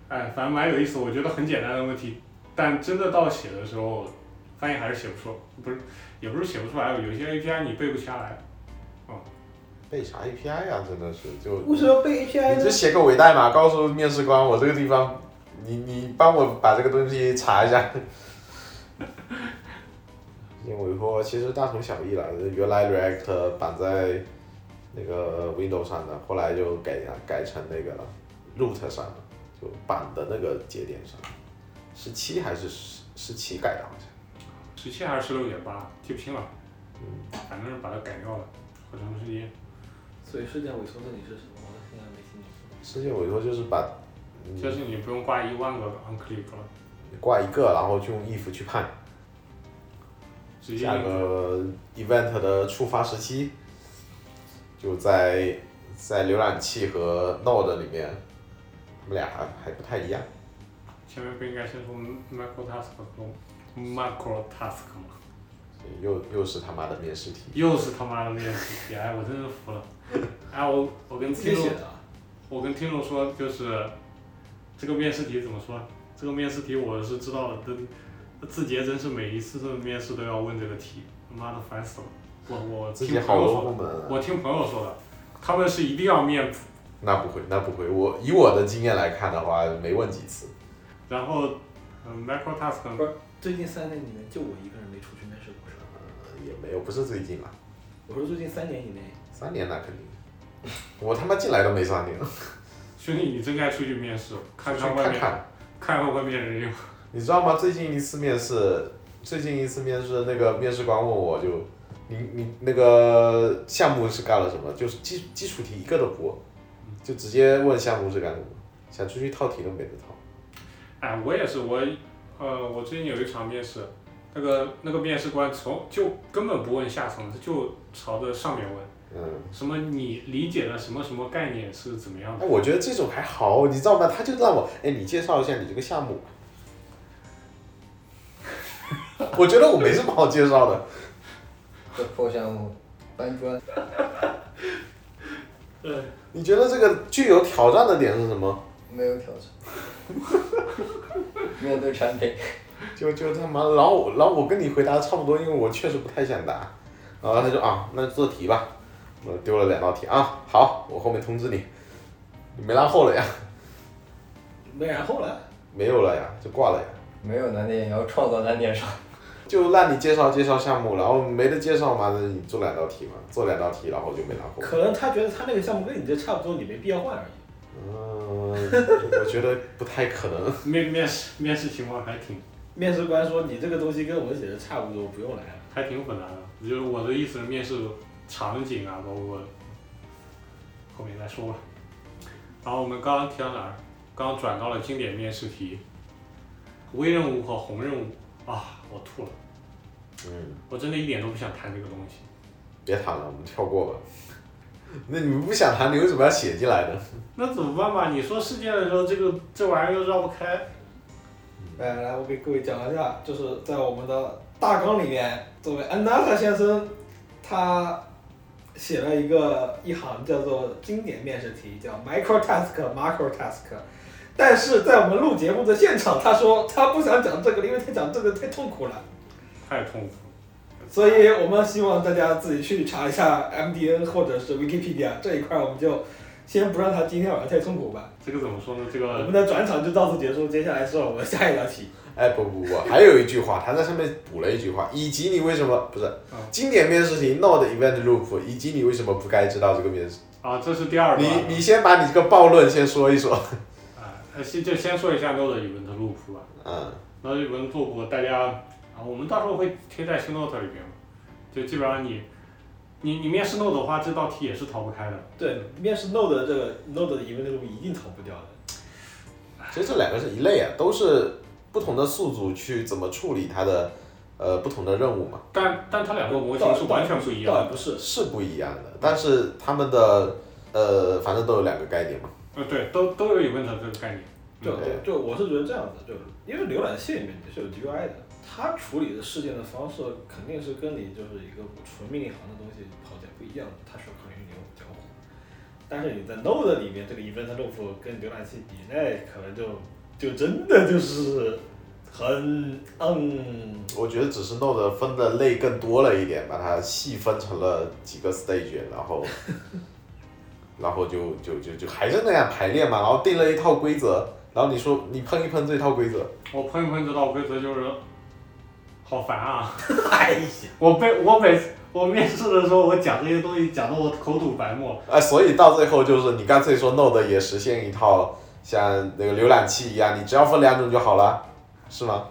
[SPEAKER 1] 哎，反正蛮有意思，我觉得很简单的问题，但真的到写的时候，翻译还是写不出，不是也不是写不出来，有些 API 你背不下来。
[SPEAKER 3] 背啥 API 呀、啊真的是就
[SPEAKER 2] 为什么要背 API
[SPEAKER 3] 你就
[SPEAKER 2] 呢？
[SPEAKER 3] 写个伪代码，告诉面试官我这个地方，你你帮我把这个东西查一下。因为说其实大同小异了，原来 React 绑在那个 Windows 上的，后来就改改成那个了 Root 上了，就绑的那个节点上。十七还是十十七改的，好像
[SPEAKER 1] 十七还是十六点八，记不清了。
[SPEAKER 3] 嗯
[SPEAKER 1] 反正是把它改掉了，好长时间。
[SPEAKER 5] 所以事件委托这里是什么？我到现在没听懂。
[SPEAKER 3] 世界委托就是把嗯
[SPEAKER 1] 就是你不用挂一万个 unclick 了，
[SPEAKER 3] 挂一个，然后就用 if 去判
[SPEAKER 1] 直接
[SPEAKER 3] 下个 event 的触发时期，就在在浏览器和 Node 里面，他们俩还还不太一样。
[SPEAKER 1] 前面不应该先说 micro task 和 macro task 吗？
[SPEAKER 3] 所以又又是他妈的面试题，
[SPEAKER 1] 又是他妈的面试题，哎，我真是服了。哎，我我跟
[SPEAKER 2] 自己
[SPEAKER 1] 听众
[SPEAKER 2] 写，的啊？
[SPEAKER 1] 我跟听众说，就是这个面试题怎么说？这个面试题我是知道的，但字节真是每一次的面试都要问这个题，妈的烦死了。我我
[SPEAKER 3] 自
[SPEAKER 1] 听
[SPEAKER 3] 己
[SPEAKER 1] 朋
[SPEAKER 3] 好
[SPEAKER 1] 友
[SPEAKER 3] 多
[SPEAKER 1] 说
[SPEAKER 3] 部
[SPEAKER 1] 的，
[SPEAKER 3] 门啊。
[SPEAKER 1] 我听朋友说的，他们是一定要面
[SPEAKER 3] 那不会，那不会。我以我的经验来看的话，没问几次。
[SPEAKER 1] 然后，嗯，micro task
[SPEAKER 5] 不是最近三年里面就我一个人没出去面试过是吧？
[SPEAKER 3] 呃也没有，不是最近了，
[SPEAKER 5] 我说最近三年以内，
[SPEAKER 3] 三年那肯定。我他妈进来都没三年，
[SPEAKER 1] 兄弟，你真该出去面试，看
[SPEAKER 3] 去
[SPEAKER 1] 看外
[SPEAKER 3] 看
[SPEAKER 1] 面，
[SPEAKER 3] 看。
[SPEAKER 1] 看看外面人有。
[SPEAKER 3] 你知道吗？最近一次面试，最近一次面试，那个面试官问我就，你你那个项目是干了什么？就是基基础题一个都不问，就直接问项目是干什么，想出去套题都没得套。
[SPEAKER 1] 哎，我也是，我，呃，我最近有一场面试，那个那个面试官从就根本不问下层，他就朝着上面问，
[SPEAKER 3] 嗯，
[SPEAKER 1] 什么你理解的什么什么概念是怎么样的？
[SPEAKER 3] 哎，我觉得这种还好，你知道吗？他就让我，哎，你介绍一下你这个项目。 [LAUGHS] 我觉得我没什么好介绍的，
[SPEAKER 4] 这破项目搬砖，
[SPEAKER 3] 你觉得这个具有挑战的点是什么？
[SPEAKER 4] 没有挑 [LAUGHS] 战。面对产品，
[SPEAKER 3] 就就他妈，然后我然后我跟你回答的差不多，因为我确实不太想答。然后他就啊，那就做题吧。我丢了两道题啊，好，我后面通知你。你没拉后了呀？
[SPEAKER 2] 没然后了，
[SPEAKER 3] 没有了呀，就挂了呀。
[SPEAKER 4] 没有难点也要创造难点上。
[SPEAKER 3] 就让你介绍介绍项目，然后没得介绍嘛，那你做两道题嘛，做两道题，然后就没拉后。
[SPEAKER 2] 可能他觉得他那个项目跟你这差不多，你没必要换而已。
[SPEAKER 3] 嗯，我觉得不太可能。
[SPEAKER 1] 面面试面试情况还挺
[SPEAKER 2] 面试官说你这个东西跟我写的差不多，不用来了。
[SPEAKER 1] 还挺混乱的，就是我的意思，面试场景啊，包括后面再说吧。然后我们刚刚提到哪儿？刚刚转到了经典面试题，微任务和红任务啊，我吐了，
[SPEAKER 3] 嗯，
[SPEAKER 1] 我真的一点都不想谈这个东西。
[SPEAKER 3] 别谈了，我们跳过吧。 [LAUGHS] 那你们不想谈，你为什么要写进来呢？
[SPEAKER 1] 那怎么办嘛？你说事件的时候，这个这玩意儿又绕不开。
[SPEAKER 2] 来来，我给各位讲一下，就是在我们的大纲里面，这位安达萨先生，他写了一个一行叫做经典面试题，叫 micro task macro task。但是在我们录节目的现场，他说他不想讲这个，因为他讲这个太痛苦了。
[SPEAKER 1] 太痛苦了。
[SPEAKER 2] 所以我们希望大家自己去查一下 MDN 或者是 Wikipedia 这一块，我们就先不让他今天晚上太痛苦吧。
[SPEAKER 1] 这个怎么说呢？这
[SPEAKER 2] 我
[SPEAKER 1] 个
[SPEAKER 2] 们的转场就到此结束，接下来是我们下一道题。
[SPEAKER 3] 哎，不不不，还有一句话，他在上面补了一句话，以及你为什么不是、
[SPEAKER 2] 嗯
[SPEAKER 3] 经典面试题 not event loop，以及你为什么不该知道这个面试？
[SPEAKER 1] 啊，这是第二段。
[SPEAKER 3] 你你先把你这个暴论先说一说。
[SPEAKER 1] 啊，呃先就先说一下 Node 语文的路谱吧。
[SPEAKER 3] 嗯，
[SPEAKER 1] Node 语文路谱，大家啊，我们到时候会贴在新 Note 里边嘛。就基本上你你你面试 Node 的话，这道题也是逃不开的。
[SPEAKER 2] 对，面试 Node 的这个 Node 的疑问那种一定逃不掉的。
[SPEAKER 3] 其实这两个是一类啊，都是不同的宿主去怎么处理它的呃不同的任务嘛，
[SPEAKER 1] 但但它两个模型是完全不一样的。
[SPEAKER 2] 倒呃也不是，
[SPEAKER 3] 是不一样的，但是他们的呃反正都有两个概念嘛。
[SPEAKER 1] 呃，对，都都有 event 这个概念。
[SPEAKER 2] 就
[SPEAKER 3] 嗯对
[SPEAKER 2] 就我是觉得这样子，就因为浏览器里面你是有 GUI 的，它处理的事件的方式肯定是跟你就是一个纯命令行的东西跑起来不一样的，它需要考虑你有交互。但是你在 Node 里面这个 event loop 跟浏览器比，那可能就就真的就是很嗯，
[SPEAKER 3] 我觉得只是弄得分的类更多了一点，把它细分成了几个 stage，然后，然后就就就就还是那样排练嘛，然后定了一套规则，然后你说你喷一喷这套规则，
[SPEAKER 1] 我喷一喷这道规则就是，好烦啊！
[SPEAKER 2] 哎呀，
[SPEAKER 1] 我被我每次我面试的时候，我讲这些东西讲的我口吐白沫，
[SPEAKER 3] 啊，所以到最后就是你干脆说 no 的也实现一套像那个浏览器一样，你只要分两种就好了，是吗？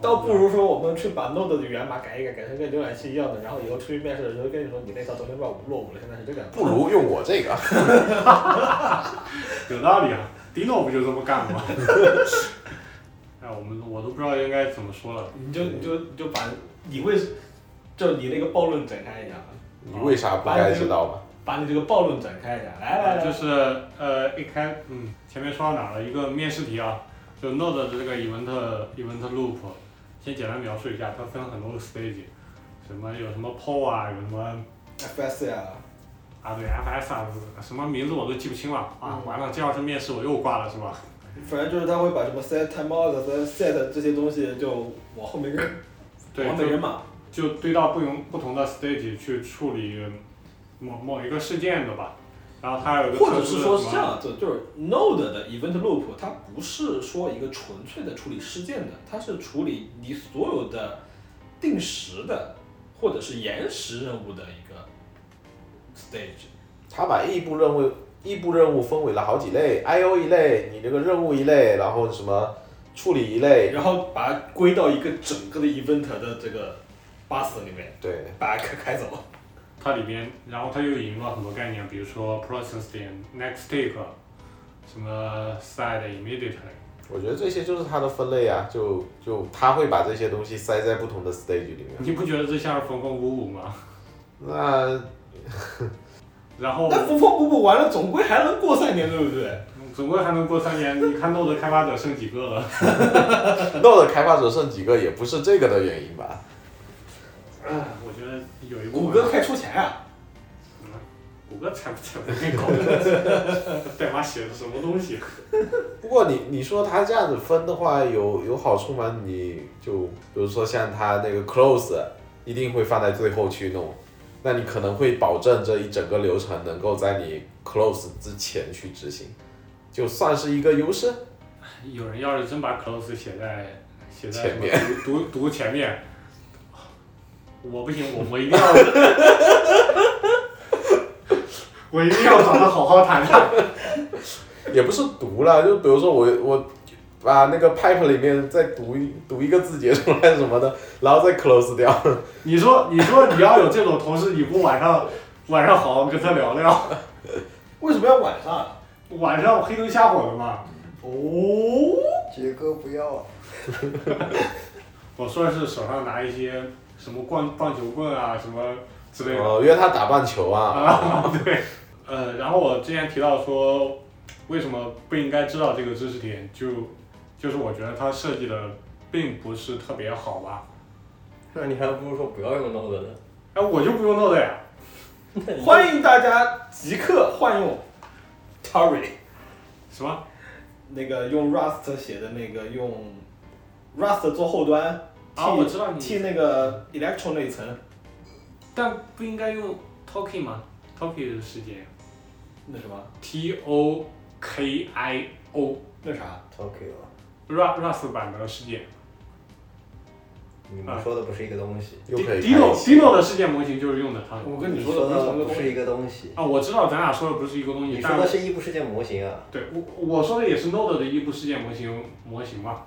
[SPEAKER 2] 倒不如说我们去把 Node 的语言码改一改，改成跟浏览器一样的，然后以后出去面试的时候跟你说你那套昨天乱五落伍了，现在是这个样子。
[SPEAKER 3] 不如用我这个，
[SPEAKER 1] 有道理啊。迪诺不就这么干吗？ [LAUGHS] 哎，我们我都不知道应该怎么说了。
[SPEAKER 2] 你就你就你就把你为就你那个暴论展开一下，啊
[SPEAKER 3] 你为啥不该知道吗？
[SPEAKER 2] 把你这个暴论展开一下，来来来，
[SPEAKER 1] 就是呃，一开嗯，前面说到哪儿了？一个面试题啊，就 Node 的这个 event event loop，先简单描述一下，它分很多个 stage，什么有什么 poll 啊，有什么
[SPEAKER 2] FS 呀，
[SPEAKER 1] 啊对 FS 啊，什么名字我都记不清了啊，
[SPEAKER 2] 嗯
[SPEAKER 1] 完了，这要是面试我又挂了是吧？
[SPEAKER 2] 反正就是他会把什么 set timeout、set 这些东西就往后面扔，
[SPEAKER 1] 对，
[SPEAKER 2] 往
[SPEAKER 1] 就
[SPEAKER 2] 后面扔嘛。
[SPEAKER 1] 就堆到不同不同的 stage 去处理某某一个事件的吧。然后它有一个
[SPEAKER 2] 或
[SPEAKER 1] 特
[SPEAKER 2] 者
[SPEAKER 1] 殊
[SPEAKER 2] 是
[SPEAKER 1] 的
[SPEAKER 2] 说
[SPEAKER 1] 什
[SPEAKER 2] 是这
[SPEAKER 1] 么
[SPEAKER 2] 样，就就是 Node 的 Event Loop，它不是说一个纯粹的处理事件的，它是处理你所有的定时的或者是延时任务的一个 stage。
[SPEAKER 3] 他把异步任务异步任务分为了好几类，I/O 一类，你这个任务一类，然后什么处理一类，
[SPEAKER 2] 然后把它归到一个整个的 event 的这个 bus 里面，
[SPEAKER 3] 对，
[SPEAKER 2] 把它开开走。
[SPEAKER 1] 它里边，然后它又引入了很多概念，比如说 process 点 next take，什么 side immediately。
[SPEAKER 3] 我觉得这些就是它的分类啊，就就他会把这些东西塞在不同的 stage 里面。
[SPEAKER 1] 你不觉得这像是缝缝补补吗？
[SPEAKER 3] 那
[SPEAKER 1] 然后
[SPEAKER 2] 哦
[SPEAKER 1] [LAUGHS]
[SPEAKER 2] 那缝缝补补完了，总归还能过三年，对不对？
[SPEAKER 1] 总归还能过三年，你看 Node 开发者剩几个了？
[SPEAKER 3] Node 开发者剩几个也不是这个的原因吧？
[SPEAKER 1] 哎，我觉得有一部
[SPEAKER 2] 嗯谷
[SPEAKER 1] 分
[SPEAKER 2] 歌快出钱啊！
[SPEAKER 1] 嗯谷歌才不才不会搞这个 [LAUGHS] 代码写的什么东西？啊
[SPEAKER 3] 不过你你说他这样子分的话有有好处吗？你就比如说像他那个 close，一定会放在最后去弄，那你可能会保证这一整个流程能够在你 close 之前去执行，就算是一个优势。
[SPEAKER 1] 有人要是真把 close 写在写在
[SPEAKER 3] 前面
[SPEAKER 1] 什么读读读前面，我不行，我我一定要， [LAUGHS] 我一定要找他好好谈谈。
[SPEAKER 3] 也不是读了，就比如说我我把那个 pipe 里面再读一读一个字节出来什么的，然后再 close 掉。
[SPEAKER 1] 你说你说你要有这种同事，你不晚上晚上好好跟他聊聊，
[SPEAKER 2] 为什么要晚上啊？
[SPEAKER 1] 晚上黑灯瞎火的嘛。
[SPEAKER 2] 哦，
[SPEAKER 4] 杰哥不要啊，
[SPEAKER 1] 我说的是手上拿一些什么棒棒球棍啊什么之类的。
[SPEAKER 3] 哦，约他打棒球啊，
[SPEAKER 1] 啊，对，呃，然后我之前提到说，为什么不应该知道这个知识点，就就是我觉得它设计的并不是特别好吧。
[SPEAKER 4] 那你还不如说不要用 Node 呢。
[SPEAKER 1] 哎，我就不用 Node 呀，
[SPEAKER 2] 欢迎大家即刻换用 Tory，
[SPEAKER 1] 什么？
[SPEAKER 2] 那个用 Rust 写的那个用 Rust 做后端，替、
[SPEAKER 1] 啊我知道你
[SPEAKER 2] 替那个 Electron 那一层，
[SPEAKER 1] 但不应该用 Toki 吗？Toki 是世界
[SPEAKER 2] 那什么，
[SPEAKER 1] ，T O K I O
[SPEAKER 2] 那啥，
[SPEAKER 4] OK 了，
[SPEAKER 1] Rust Rust 版的世界。
[SPEAKER 4] 你们说的不是一个东西，
[SPEAKER 3] 又可以
[SPEAKER 1] Dino
[SPEAKER 3] 开启
[SPEAKER 1] Dino 的世界模型就是用的它。
[SPEAKER 2] 我啊跟你说
[SPEAKER 4] 说
[SPEAKER 2] 的不是同一个
[SPEAKER 4] 的不
[SPEAKER 2] 东
[SPEAKER 4] 是一
[SPEAKER 2] 西。
[SPEAKER 4] 个东西，
[SPEAKER 1] 啊，我知道咱俩说的不是一个东西
[SPEAKER 4] 你，说
[SPEAKER 1] 但
[SPEAKER 4] 的是异步事件模型啊。
[SPEAKER 1] 对我我说的也是 Node 的异步世界模型模型嘛。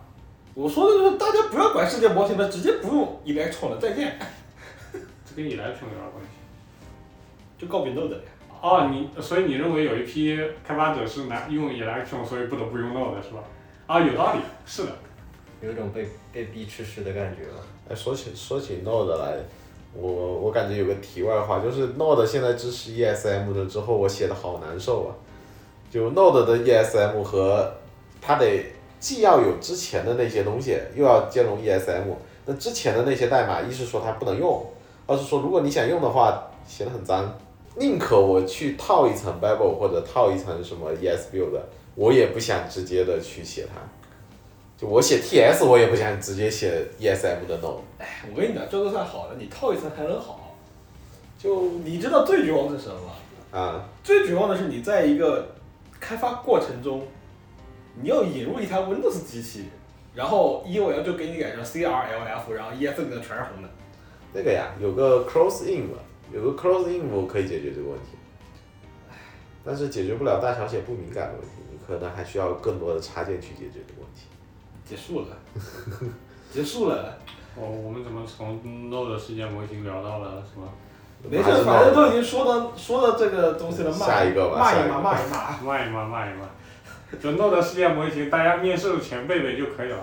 [SPEAKER 2] 我说的就是大家不要管世界模型了，直接不用 Electron 了，再见，
[SPEAKER 1] 这跟你来评有点关系。
[SPEAKER 2] 就告别 Node 了呀。
[SPEAKER 1] 哦，你所以你认为有一批开发者是拿用 Electron，所以不得不用 Node 是吧？啊，有道理，是的。
[SPEAKER 4] 有一种被被逼吃屎的感觉吧。
[SPEAKER 3] 哎，说起说起 Node 来，我我感觉有个题外话，就是 Node 现在支持 ESM 了之后，我写的好难受啊。就 Node 的 ESM 和它得既要有之前的那些东西，又要兼容 ESM。那之前的那些代码，一是说它不能用，二是说如果你想用的话，写的很脏。宁可我去套一层 E Babel 或者套一层什么 ES Build，我也不想直接的去写它。就我写 TS，我也不想直接写 ESM 的 node。
[SPEAKER 2] 哎，我跟你讲，这都算好的，你套一层还能好。
[SPEAKER 3] 就
[SPEAKER 2] 你知道最绝望的是什么吗？
[SPEAKER 3] 啊，
[SPEAKER 2] 最绝望的是你在一个开发过程中，你要引入一台 Windows 机器，然后 EOL 就给你改成 CRLF，然后 ESM 的全是红的。
[SPEAKER 3] 那个呀，有个 close inv，有个 close inv 可以解决这个问题，但是解决不了大小写不敏感的问题，你可能还需要更多的插件去解决这个问题。
[SPEAKER 2] 结束了，结束了，
[SPEAKER 1] 我我们怎么从 Node 事件模型聊到了什么
[SPEAKER 2] 没事，反正都已经说到说到这个东西了，骂
[SPEAKER 3] 下一个吧
[SPEAKER 2] 骂
[SPEAKER 3] 下
[SPEAKER 2] 一
[SPEAKER 3] 一个
[SPEAKER 2] 骂，骂一骂。
[SPEAKER 1] 卖嘛卖嘛，啊就 Node 事件模型，大家面试前背背就可以了，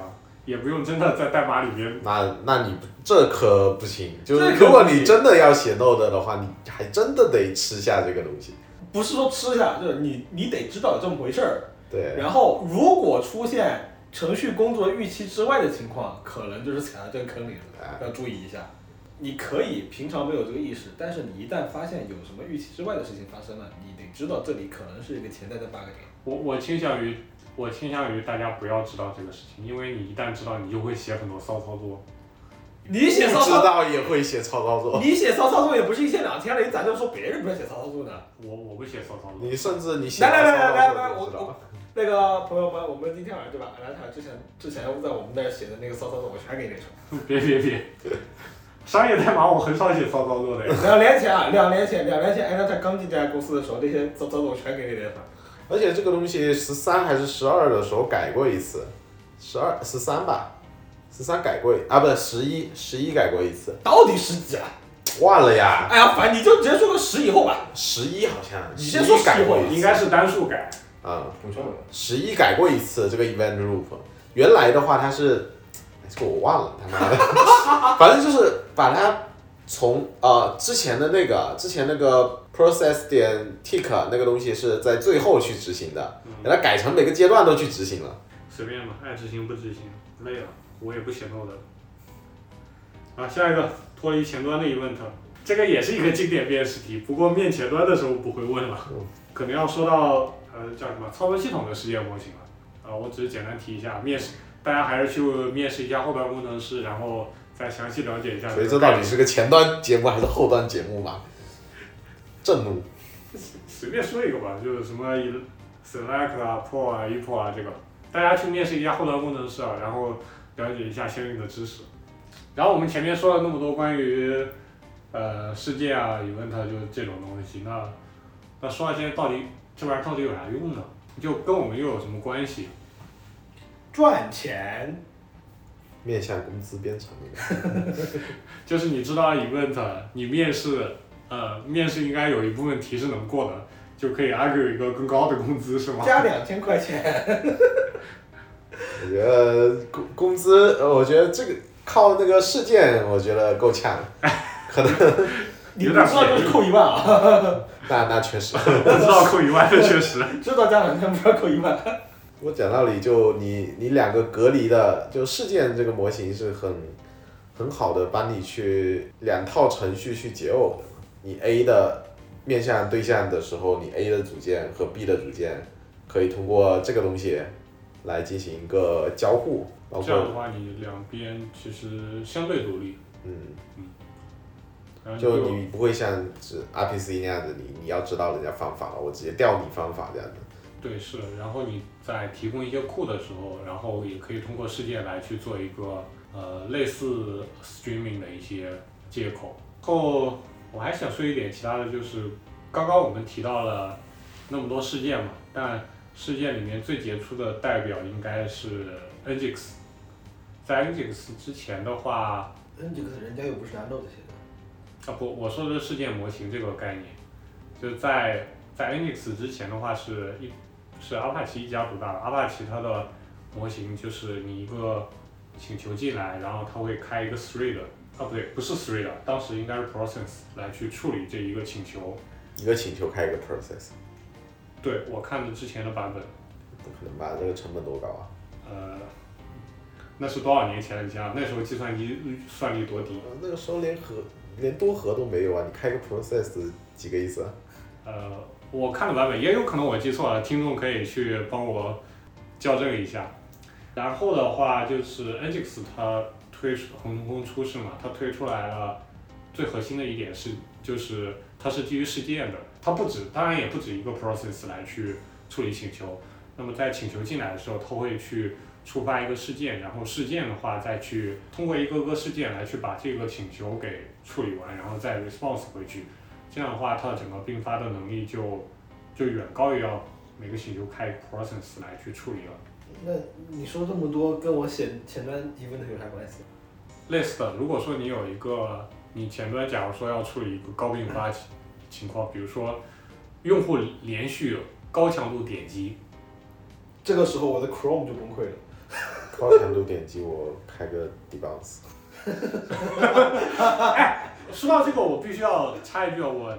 [SPEAKER 1] 也不用真的在代码里面
[SPEAKER 3] 那那你不这可不行，就是
[SPEAKER 2] 这可
[SPEAKER 3] 如果
[SPEAKER 2] 不
[SPEAKER 3] 你
[SPEAKER 2] 行
[SPEAKER 3] 真的要写 Node 的话，你还真的得吃下这个东西。
[SPEAKER 2] 不是说吃下，就是你你得知道有这么回事儿。
[SPEAKER 3] 对，
[SPEAKER 2] 然后如果出现程序工作预期之外的情况，可能就是踩到这个坑里
[SPEAKER 3] 哎
[SPEAKER 2] 了，要注意一下。你可以平常没有这个意识，但是你一旦发现有什么预期之外的事情发生了，你得知道这里可能是一个潜在的 bug 点。
[SPEAKER 1] 我我倾向于，我倾向于大家不要知道这个事情，因为你一旦知道，你就会写很多骚操作。
[SPEAKER 2] 你写
[SPEAKER 3] 不
[SPEAKER 2] 骚
[SPEAKER 3] 知
[SPEAKER 2] 操，
[SPEAKER 3] 道也会写操操作，
[SPEAKER 2] 你写骚操作也不是一天两天了，你咋就说别人不要写骚操作呢？
[SPEAKER 1] 我我不写骚操作，
[SPEAKER 3] 你甚至你写
[SPEAKER 2] 来来来来来
[SPEAKER 3] 操
[SPEAKER 2] 来，
[SPEAKER 3] 操
[SPEAKER 2] 我
[SPEAKER 3] 作都不知道
[SPEAKER 2] 我。那个朋友们，我们今天晚上对吧？兰塔之前之前在我们那儿写的那个骚操作，我全给你说。
[SPEAKER 1] [LAUGHS] 别别别，商业代码我很少写骚操作的 [LAUGHS] 呀。
[SPEAKER 2] 两年前啊，两年前，两年前，哎，那他刚进这家公司的时候，那些早早我全给你联发。
[SPEAKER 3] 而且这个东西十三还是十二的时候改过一次，十二十三吧，十三改过一啊，不是十一十一改过一次，
[SPEAKER 2] 到底十几啊？
[SPEAKER 3] 忘了呀，
[SPEAKER 2] 哎呀，烦，你就直接说个十以后吧。
[SPEAKER 3] 十一好像
[SPEAKER 2] 你先说
[SPEAKER 3] 11改过
[SPEAKER 2] 10
[SPEAKER 3] 一次，
[SPEAKER 1] 应该是单数改，
[SPEAKER 3] 啊，
[SPEAKER 6] 不重要。
[SPEAKER 3] 十一改过一次这个 event loop，原来的话它是，哎这个我忘了他妈的， [LAUGHS] 反正就是把它从呃之前的那个之前那个 process 点 tick 那个东西是在最后去执行的，给它改成每个阶段都去执行了。
[SPEAKER 1] 随便吧，爱执行不执行，累了，我也不写 Node 了。啊，下一个脱离前端的 event，这个也是一个经典辨识题，不过面前端的时候不会问了，可能要说到呃叫什么操作系统的世界模型了。啊、我只是简单提一下，面试大家还是去面试一下后端工程师，然后再详细了解一下这
[SPEAKER 3] 所
[SPEAKER 1] 个概念。
[SPEAKER 3] 以这到底是个前端节目还是后端节目嘛？震怒，
[SPEAKER 1] 随便说一个吧，就是什么 Select 啊、Pro 啊、ePro 啊这个，大家去面试一下后端工程师啊，然后了解一下相应的知识。然后我们前面说了那么多关于呃世界啊、event 啊就是这种东西，那那说到这些到底这玩意儿到底有啥用呢？就跟我们又有什么关系？
[SPEAKER 2] 赚钱，
[SPEAKER 3] 面向工资编程那个，
[SPEAKER 1] 就是你知道 event，你啊面试，呃，面试应该有一部分题是能过的，就可以 argue 一个更高的工资是吗？
[SPEAKER 2] 加两千块 [LAUGHS] 钱，
[SPEAKER 3] 我觉得工工资，呃我觉得这个靠那个事件，我觉得够呛，可能
[SPEAKER 2] 你不知道就是扣一万啊， [LAUGHS]
[SPEAKER 3] 那那确实。
[SPEAKER 1] 不知道扣一万的确实。
[SPEAKER 2] 知道加两千，不知道扣一万。
[SPEAKER 3] 我讲道理，就你你两个隔离的，就事件这个模型是很很好的帮你去两套程序去解耦的。你 A 的面向对象的时候，你 A 的组件和 B 的组件可以通过这个东西来进行一个交互，包
[SPEAKER 1] 这样的
[SPEAKER 3] 括
[SPEAKER 1] 话，你两边其实相对独立，
[SPEAKER 3] 嗯，
[SPEAKER 1] 然后你
[SPEAKER 3] 就你不会像只 RPC 那样子，你你要知道人家方法了，我直接调你方法这样子。
[SPEAKER 1] 对是，然后你在提供一些库的时候，然后也可以通过事件来去做一个呃类似 streaming 的一些接口。后我还想说一点其他的，就是刚刚我们提到了那么多事件嘛，但事件里面最杰出的代表应该是 Nginx。在 Nginx 之前的话，
[SPEAKER 4] 嗯，这个人家又不是拿 Note 写的，
[SPEAKER 1] 啊不，我说的是事件模型这个概念，就是在在 Nginx 之前的话是一是阿帕奇一家独大的，阿帕奇它的模型就是你一个请求进来，然后它会开一个 thread，啊不对，不是 thread，当时应该是 process 来去处理这一个请求。
[SPEAKER 3] 一个请求开一个 process，
[SPEAKER 1] 对我看的之前的版本，
[SPEAKER 3] 不可能吧？这个成本多高啊！
[SPEAKER 1] 呃，那是多少年前的家？那时候计算机算力多低？
[SPEAKER 3] 那个时候连核连多核都没有啊！你开个 process 几个
[SPEAKER 1] [LAUGHS]
[SPEAKER 3] 意思啊？
[SPEAKER 1] 呃，我看的版本也有可能我记错了，听众可以去帮我校正一下。然后的话就是 Nginx 它推出横空出世嘛，它推出来了最核心的一点是，就是它是基于事件的，它不止，当然也不止一个 process 来去处理请求。那么在请求进来的时候，它会去触发一个事件，然后事件的话再去通过一个个事件来去把这个请求给处理完，然后再 response 回去。这样的话，它整个并发的能力就就远高于要每个请求开一个 process 来去处理了。
[SPEAKER 2] 那你说这么多，跟我写前端 event 有啥关系？
[SPEAKER 1] 类似的，如果说你有一个，你前端假如说要处理一个高并发情情况，比如说用户连续高强度点击，
[SPEAKER 2] 这个时候我的 Chrome 就崩溃了。
[SPEAKER 3] 高强度点击我开个 debounce，
[SPEAKER 1] 说到这个，我必须要插一句，啊我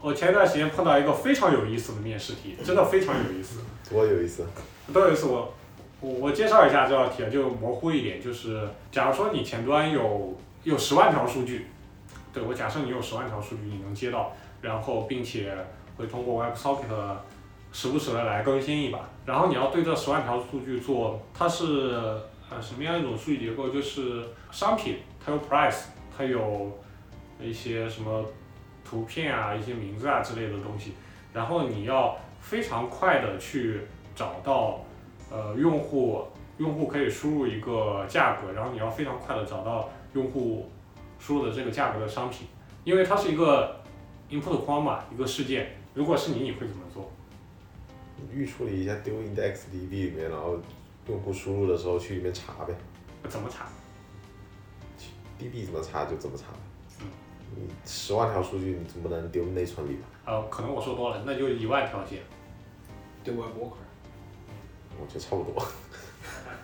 [SPEAKER 1] 我前一段时间碰到一个非常有意思的面试题，真的非常有意思。
[SPEAKER 3] 多有意思！啊
[SPEAKER 1] 都有一次我我我介绍一下这道题，啊，就模糊一点，就是假如说你前端有有十万条数据，对我假设你有十万条数据你能接到，然后并且会通过 WebSocket 时不时的来更新一把，然后你要对这十万条数据做，它是呃什么样一种数据结构？就是商品它有 price，它有一些什么图片啊、一些名字啊之类的东西，然后你要非常快的去找到呃用户，用户可以输入一个价格，然后你要非常快的找到用户输入的这个价格的商品，因为它是一个 input 框嘛，一个事件。如果是你，你会怎么做？
[SPEAKER 3] 预处理一下丢 index db 里面，然后用户输入的时候去里面查呗
[SPEAKER 1] 怎么查？
[SPEAKER 3] ，db 怎么查就怎么查呗
[SPEAKER 1] 嗯。
[SPEAKER 3] 你十万条数据，你总不能丢内存里吧？
[SPEAKER 1] 呃，可能我说多了，那就一万条线。
[SPEAKER 2] 对 Web Worker，
[SPEAKER 3] 我觉得差不多。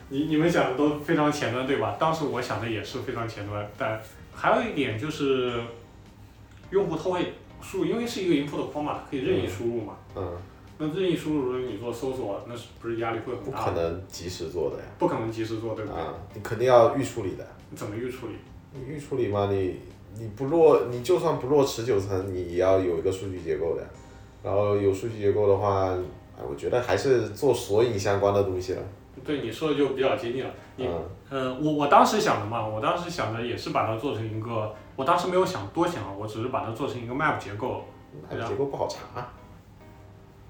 [SPEAKER 1] 你你们想的都非常前端，对吧？当时我想的也是非常前端，但还有一点就是，用户他会输入，因为是一个 input 框嘛，它可以任意输入嘛。
[SPEAKER 3] 嗯，
[SPEAKER 1] 那任意输入，如果你做搜索，那是不是压力会很
[SPEAKER 3] 不
[SPEAKER 1] 大？
[SPEAKER 3] 可，能及时做的呀。
[SPEAKER 1] 不可能及时做，对不对？
[SPEAKER 3] 啊，你肯定要预处理的。
[SPEAKER 1] 你怎么预处理？
[SPEAKER 3] 你预处理嘛，你你不落，你就算不落持久层，你也要有一个数据结构的。然后有数据结构的话，哎，我觉得还是做索引相关的东西了。
[SPEAKER 1] 对你说的就比较接近了。你
[SPEAKER 3] 嗯，
[SPEAKER 1] 呃，我我当时想的嘛，我当时想的也是把它做成一个，我当时没有想多想啊，我只是把它做成一个 map 结构，
[SPEAKER 3] 哎结构不好查。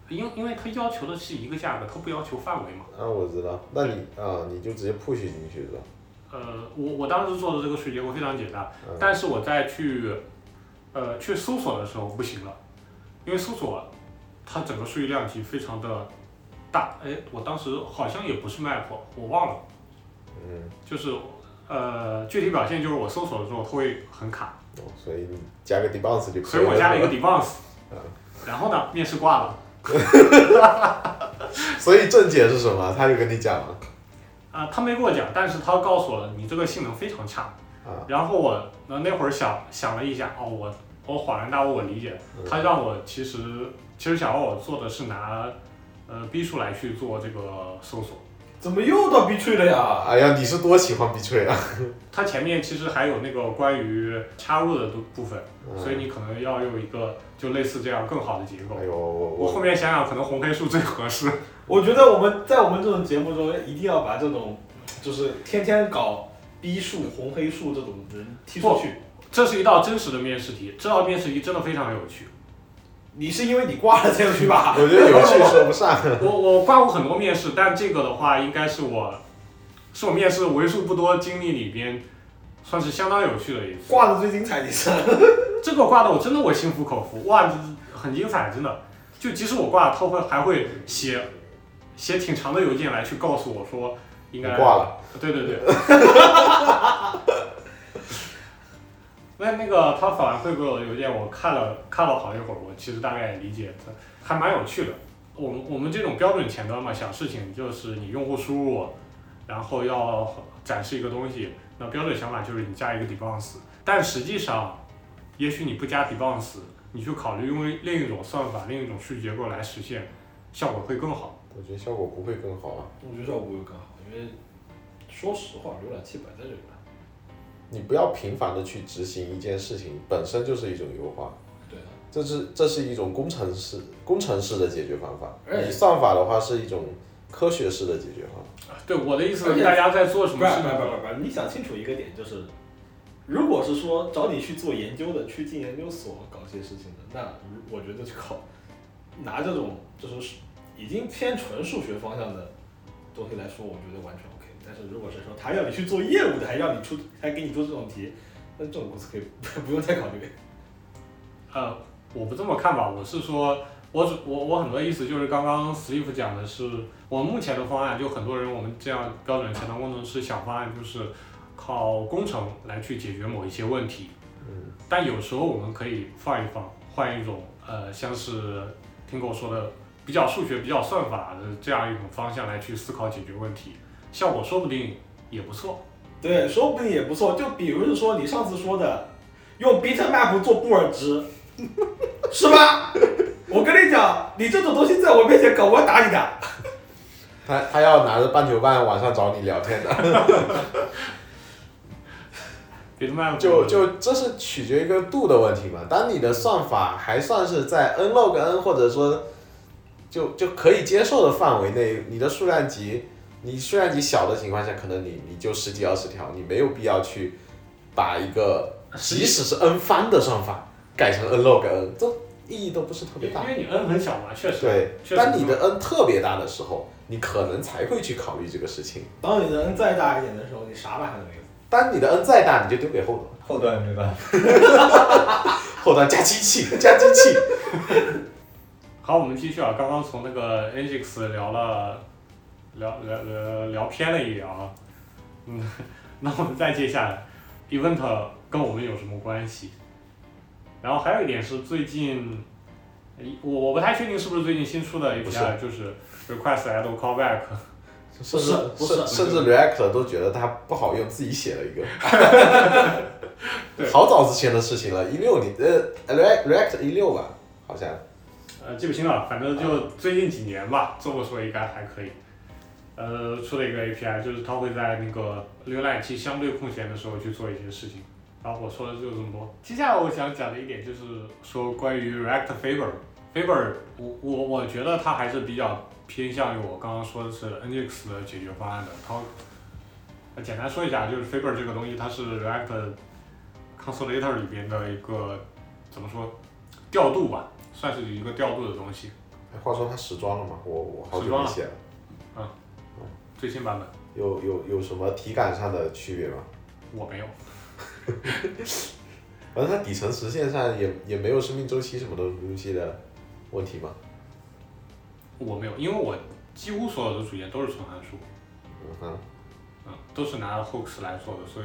[SPEAKER 1] 因因为它要求的是一个价格，它不要求范围嘛。
[SPEAKER 3] 啊，我知道。那你啊，你就直接 push 进去是吧？
[SPEAKER 1] 呃，我我当时做的这个数据结构非常简单，
[SPEAKER 3] 嗯
[SPEAKER 1] 但是我在去呃去搜索的时候不行了，因为搜索它整个数据量级非常的大，哎，我当时好像也不是 map，我忘了，
[SPEAKER 3] 嗯，
[SPEAKER 1] 就是呃具体表现就是我搜索的时候它会很卡，
[SPEAKER 3] 哦所以你加个 debounce 就可以了。
[SPEAKER 1] 所以我加了一个 debounce，
[SPEAKER 3] 嗯
[SPEAKER 1] 然后呢面试挂了
[SPEAKER 3] 所以正解是什么？他就跟你讲了。
[SPEAKER 1] 啊、他没跟我讲，但是他告诉我你这个性能非常差，
[SPEAKER 3] 啊，
[SPEAKER 1] 然后我那那会儿想想了一下，哦，我我恍然大悟，我理解
[SPEAKER 3] 嗯
[SPEAKER 1] 他让我其实其实想让我做的是拿呃 B 数来去做这个搜索。
[SPEAKER 2] 怎么又到 B tree 了呀？
[SPEAKER 3] 哎呀，你是多喜欢 B 吹啊？
[SPEAKER 1] 它前面其实还有那个关于插入的部部分，
[SPEAKER 3] 嗯
[SPEAKER 2] 嗯
[SPEAKER 1] 所以你可能要用一个就类似这样更好的结构
[SPEAKER 3] 哎。呦，我
[SPEAKER 1] 我后面想想，可能红黑数最合适。
[SPEAKER 2] 我觉得我们在我们这种节目中，一定要把这种就是天天搞 B 数、红黑数这种人踢出去。
[SPEAKER 1] 这是一道真实的面试题，这道面试题真的非常有趣。
[SPEAKER 2] 你是因为你挂了才有去 [LAUGHS] 吧？
[SPEAKER 3] 我觉得有趣说不上。
[SPEAKER 1] 我我挂过很多面试，但这个的话应该是我，是我面试为数不多经历里边，算是相当有趣的一次。
[SPEAKER 2] 挂的最精彩，你是。
[SPEAKER 1] 这个挂的我真的我心服口服，哇，这很精彩，真的。就即使我挂了，他会还会写写挺长的邮件来去告诉我说应
[SPEAKER 3] 你
[SPEAKER 1] 该
[SPEAKER 3] 挂了，
[SPEAKER 1] 对对对。 [LAUGHS] 那那个他反馈给我的邮件，我看了看了好一会儿，我其实大概也理解，它还蛮有趣的。我们我们这种标准前端嘛，想事情就是你用户输入，然后要展示一个东西，那标准想法就是你加一个 debounce，但实际上，也许你不加 debounce，你去考虑用另一种算法、另一种数据结构来实现，效果会更好。
[SPEAKER 3] 我觉得效果不会更好啊。
[SPEAKER 2] [LAUGHS] 我觉得效果会更好，因为
[SPEAKER 5] 说实话，浏览器摆在这里了。
[SPEAKER 3] 你不要频繁的去执行一件事情，本身就是一种优化。
[SPEAKER 5] 对啊
[SPEAKER 3] 这是这是一种工程式工程式的解决方法。
[SPEAKER 5] 而且
[SPEAKER 3] 你算法的话是一种科学式的解决方法。
[SPEAKER 1] 对，我的意思
[SPEAKER 5] 而
[SPEAKER 1] 是
[SPEAKER 5] 且
[SPEAKER 1] 大家在做
[SPEAKER 5] 不是
[SPEAKER 1] 什
[SPEAKER 5] 不
[SPEAKER 1] 么事
[SPEAKER 5] 是
[SPEAKER 1] 情
[SPEAKER 5] 不是
[SPEAKER 1] 的时
[SPEAKER 5] 不
[SPEAKER 1] 候？
[SPEAKER 5] 是，你想清楚一个点就是，如果是说找你去做研究的，去进研究所搞这些事情的，那如我觉得去考拿这种就是已经偏纯数学方向的东西来说，我觉得完全 OK。但是如果是说他要你去做业务的，还让你出还给你出这种题，那这种公司可以不用再考虑。
[SPEAKER 1] 呃，我不这么看吧，我是说，我只我我很多意思就是刚刚 Steve 讲的是，我们目前的方案，就很多人我们这样标准前端工程师想方案就是靠工程来去解决某一些问题，
[SPEAKER 3] 嗯，
[SPEAKER 1] 但有时候我们可以放一放，换一种呃，像是听狗说的比较数学、比较算法的这样一种方向来去思考解决问题，效果说不定也不错。
[SPEAKER 5] 对，说不定也不错。就比如说你上次说的，用 bitmap 做布尔值，是吧？我跟你讲，你这种东西在我面前搞，我要打你的。
[SPEAKER 3] 他他要拿着半球半晚上找你聊天的，
[SPEAKER 1] 别的慢
[SPEAKER 3] 就就这是取决一个度的问题嘛。当你的算法还算是在 n log n 或者说就就可以接受的范围内，你的数量级，你数量级小的情况下，可能你你就十几二十条，你没有必要去把一个即使是 n 翻的算法改成 n log n，这意义都不是特别
[SPEAKER 1] 因
[SPEAKER 3] 大。
[SPEAKER 1] 为你 n 很小嘛，确实
[SPEAKER 3] 对，
[SPEAKER 1] 确实
[SPEAKER 3] 当你
[SPEAKER 1] 不
[SPEAKER 3] 的 n 特别大的时候，你可能才会去考虑这个事情。
[SPEAKER 5] 当你的 n 再大一点的时候，你啥办法都没有。
[SPEAKER 3] 当你的 n 再大，你就丢给后端。
[SPEAKER 4] 后端没办法。
[SPEAKER 3] 后端加机器，加机器。
[SPEAKER 1] 好，我们继续啊，刚刚从那个 Nginx 聊了，聊聊聊聊偏了一聊啊，嗯，那我们再接下来，event 跟我们有什么关系？然后还有一点是最近，一我我不太确定是不是最近新出的一
[SPEAKER 3] 不是
[SPEAKER 1] 条，就是 request idle callback，
[SPEAKER 3] 甚
[SPEAKER 5] 是
[SPEAKER 3] 至
[SPEAKER 5] 不是
[SPEAKER 3] 甚甚至 React 都觉得它不好用，自己写了一 [LAUGHS] 个
[SPEAKER 1] 对。
[SPEAKER 3] 好早之前的事情了，一六年呃，React React 一六吧，好像
[SPEAKER 1] 呃，记不清了，反正就最近几年吧，这么说应该还可以。呃，出了一个 API，就是它会在那个浏览器相对空闲的时候去做一些事情。然后我说的就这么多。接下来我想讲的一点就是说关于 React Faber，Faber，我我我觉得它还是比较偏向于我刚刚说的是 Nginx 的解决方案的。它呃简单说一下，就是 Faber 这个东西，它是 React Consolator 里边的一个怎么说调度吧，算是一个调度的东西，
[SPEAKER 3] 哎话说它时装了嘛，我我好
[SPEAKER 1] 时
[SPEAKER 3] 久
[SPEAKER 1] 装
[SPEAKER 3] 没
[SPEAKER 1] 了
[SPEAKER 3] 写了，
[SPEAKER 1] 最新版本
[SPEAKER 3] 有有有什么体感上的区别吗？
[SPEAKER 1] 我没有。
[SPEAKER 3] 反正它底层实现上也也没有生命周期什么东东西的问题嘛。
[SPEAKER 1] 我没有，因为我几乎所有的主页都是纯函数，
[SPEAKER 3] 嗯哼，
[SPEAKER 1] 嗯，都是拿 hooks 来做的，所以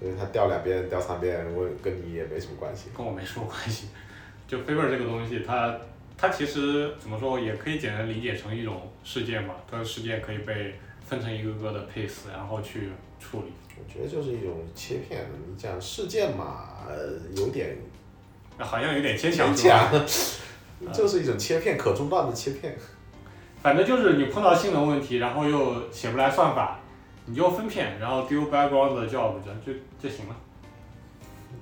[SPEAKER 3] 所以它掉两遍掉三遍，我跟你也没什么关系。
[SPEAKER 1] 跟我没什么关系。就 Faber 这个东西，它它其实怎么说，也可以简单理解成一种事件吧。它的事件可以被分成一个个的 piece，然后去处理。
[SPEAKER 3] 我觉得就是一种切片，你讲事件嘛，呃有点
[SPEAKER 1] 那好像有点牵强，
[SPEAKER 3] 勉
[SPEAKER 1] 是吧？
[SPEAKER 3] 强， [LAUGHS] 就是一种切片可中断的切片。
[SPEAKER 1] 反正就是你碰到性能问题，然后又写不来算法，你就分片，然后丢 background 的 job 就就就行了。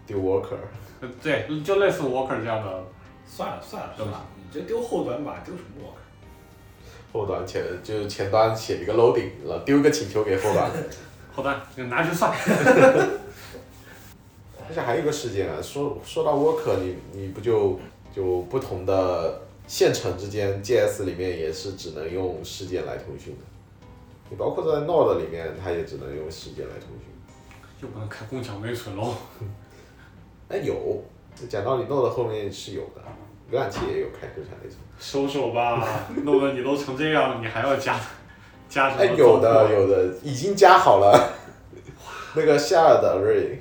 [SPEAKER 3] 丢 worker，
[SPEAKER 1] 呃对，就类似 Walker 这样的
[SPEAKER 5] 算了算了，
[SPEAKER 1] 对
[SPEAKER 5] 是吧？你这丢后端吧，丢什么我？
[SPEAKER 3] 后端前就是前端写一个 loading，然后丢一个请求给后端。
[SPEAKER 1] 后端，你拿去算。
[SPEAKER 3] 而且还有一个事件啊，说说到 worker，你你不就就不同的线程之间，JS 里面也是只能用事件来通讯的。你包括在 Node 里面，它也只能用事件来通讯。
[SPEAKER 1] 就不能开共享内存喽。
[SPEAKER 3] 哎，有，讲道理，Node 后面是有的，浏览器也有开共享内存。
[SPEAKER 1] 收手 [LAUGHS] 吧，弄得你都成这样了，你还要加加什么？
[SPEAKER 3] 哎，有的。有的，已经加好了。 [LAUGHS] 那个 shared array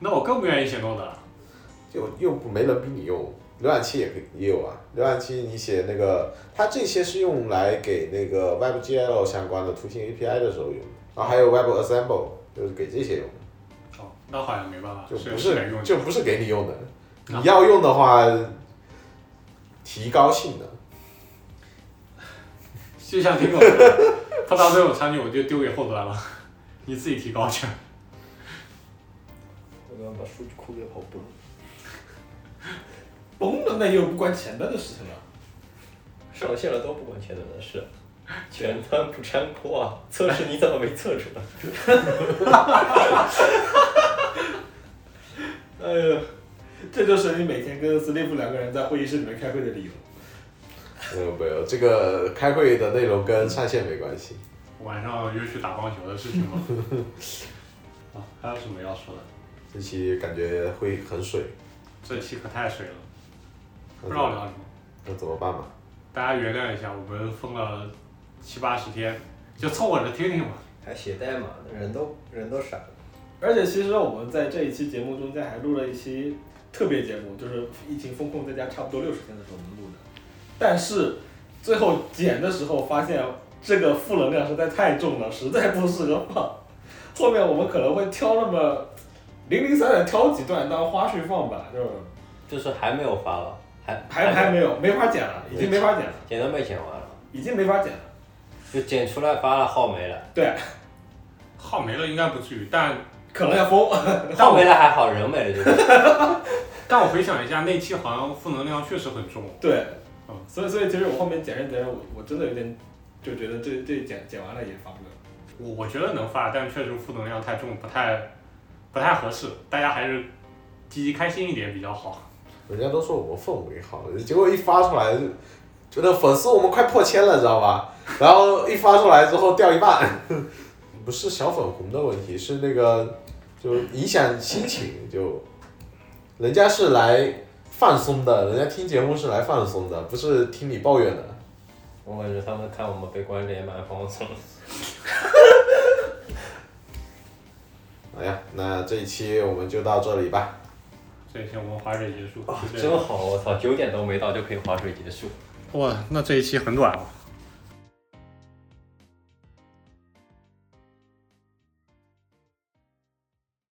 [SPEAKER 1] 那我更不愿意写 Node 了。
[SPEAKER 3] 就又不没人逼你用，浏览器也可以也有啊。浏览器你写那个，它这些是用来给那个 WebGL 相关的图形 API 的时候用的，然后还有 WebAssemble 就是给这些用的，
[SPEAKER 1] 哦，那好像没办法，
[SPEAKER 3] 就不
[SPEAKER 1] 是得
[SPEAKER 3] 是
[SPEAKER 1] 用。
[SPEAKER 3] 就不是给你用的。
[SPEAKER 1] 啊
[SPEAKER 3] 你要用的话，提高性能。
[SPEAKER 1] 就像苹果说的，碰到这种场景我就丢给后端了， [LAUGHS] 你自己提高去。
[SPEAKER 4] 后端把数据库给跑崩了。
[SPEAKER 5] 崩了那又不关前端的事情了。
[SPEAKER 4] 上线了都不管前端的事，
[SPEAKER 7] 全班不粘锅啊！测试你怎么没测出来？
[SPEAKER 2] 哎呦，这就是你每天跟斯蒂夫两个人在会议室里面开会的理由。
[SPEAKER 3] 没有没有，呃这个开会的内容跟上线没关系。
[SPEAKER 1] 晚上又去打棒球的事情
[SPEAKER 3] [LAUGHS]
[SPEAKER 1] 吗？啊，还有什么要说的？
[SPEAKER 3] 这期感觉会很水，
[SPEAKER 1] 这期可太水了，不知
[SPEAKER 3] 那怎
[SPEAKER 1] 道
[SPEAKER 3] 么
[SPEAKER 1] 聊什么。
[SPEAKER 3] 那怎么办嘛？
[SPEAKER 1] 大家原谅一下，我们封了七八十天，就凑合着听听吧。
[SPEAKER 7] 还写代码呢，人都人都傻了。
[SPEAKER 2] 而且其实我们在这一期节目中间还录了一期特别节目，就是疫情风控在家差不多六十天的时候我们录的，但是最后剪的时候发现这个负能量实在太重了，实在不适合放。后面我们可能会挑那么零零散散挑几段当花絮放吧，就是
[SPEAKER 4] 就是还没有发吧，还
[SPEAKER 2] 还还没有没法剪了，已经没法剪了，
[SPEAKER 4] 剪都没剪完了，
[SPEAKER 2] 已经没法剪了。
[SPEAKER 4] 就剪出来发了号没 [LAUGHS] 了，
[SPEAKER 2] 对，
[SPEAKER 1] 号没了应该不至于，但
[SPEAKER 2] 可能要封。
[SPEAKER 4] 号没了还好，人没了就行。
[SPEAKER 1] 但我回想一下，那期好像负能量确实很重。
[SPEAKER 2] 对
[SPEAKER 1] 嗯，
[SPEAKER 2] 所以所以其实我后面剪着剪着，我我真的有点就觉得这这剪剪完了也发不了。
[SPEAKER 1] 我我觉得能发，但确实负能量太重，不太不太合适。大家还是积极开心一点比较好。
[SPEAKER 3] 人家都说我们氛围好，结果一发出来，觉得粉丝我们快破千了，知道吧？然后一发出来之后掉一半， [LAUGHS] 不是小粉红的问题，是那个就影响心情，就人家是来放松的，人家听节目是来放松的，不是听你抱怨的。
[SPEAKER 4] 我感觉他们看我们被关着也蛮放松的。
[SPEAKER 3] 哎呀，那这一期我们就到这里吧。
[SPEAKER 1] 这一期我们划水结束，就这样
[SPEAKER 4] 真好，我操，九点都没到就可以划水结束。
[SPEAKER 1] 哇，那这一期很短啊。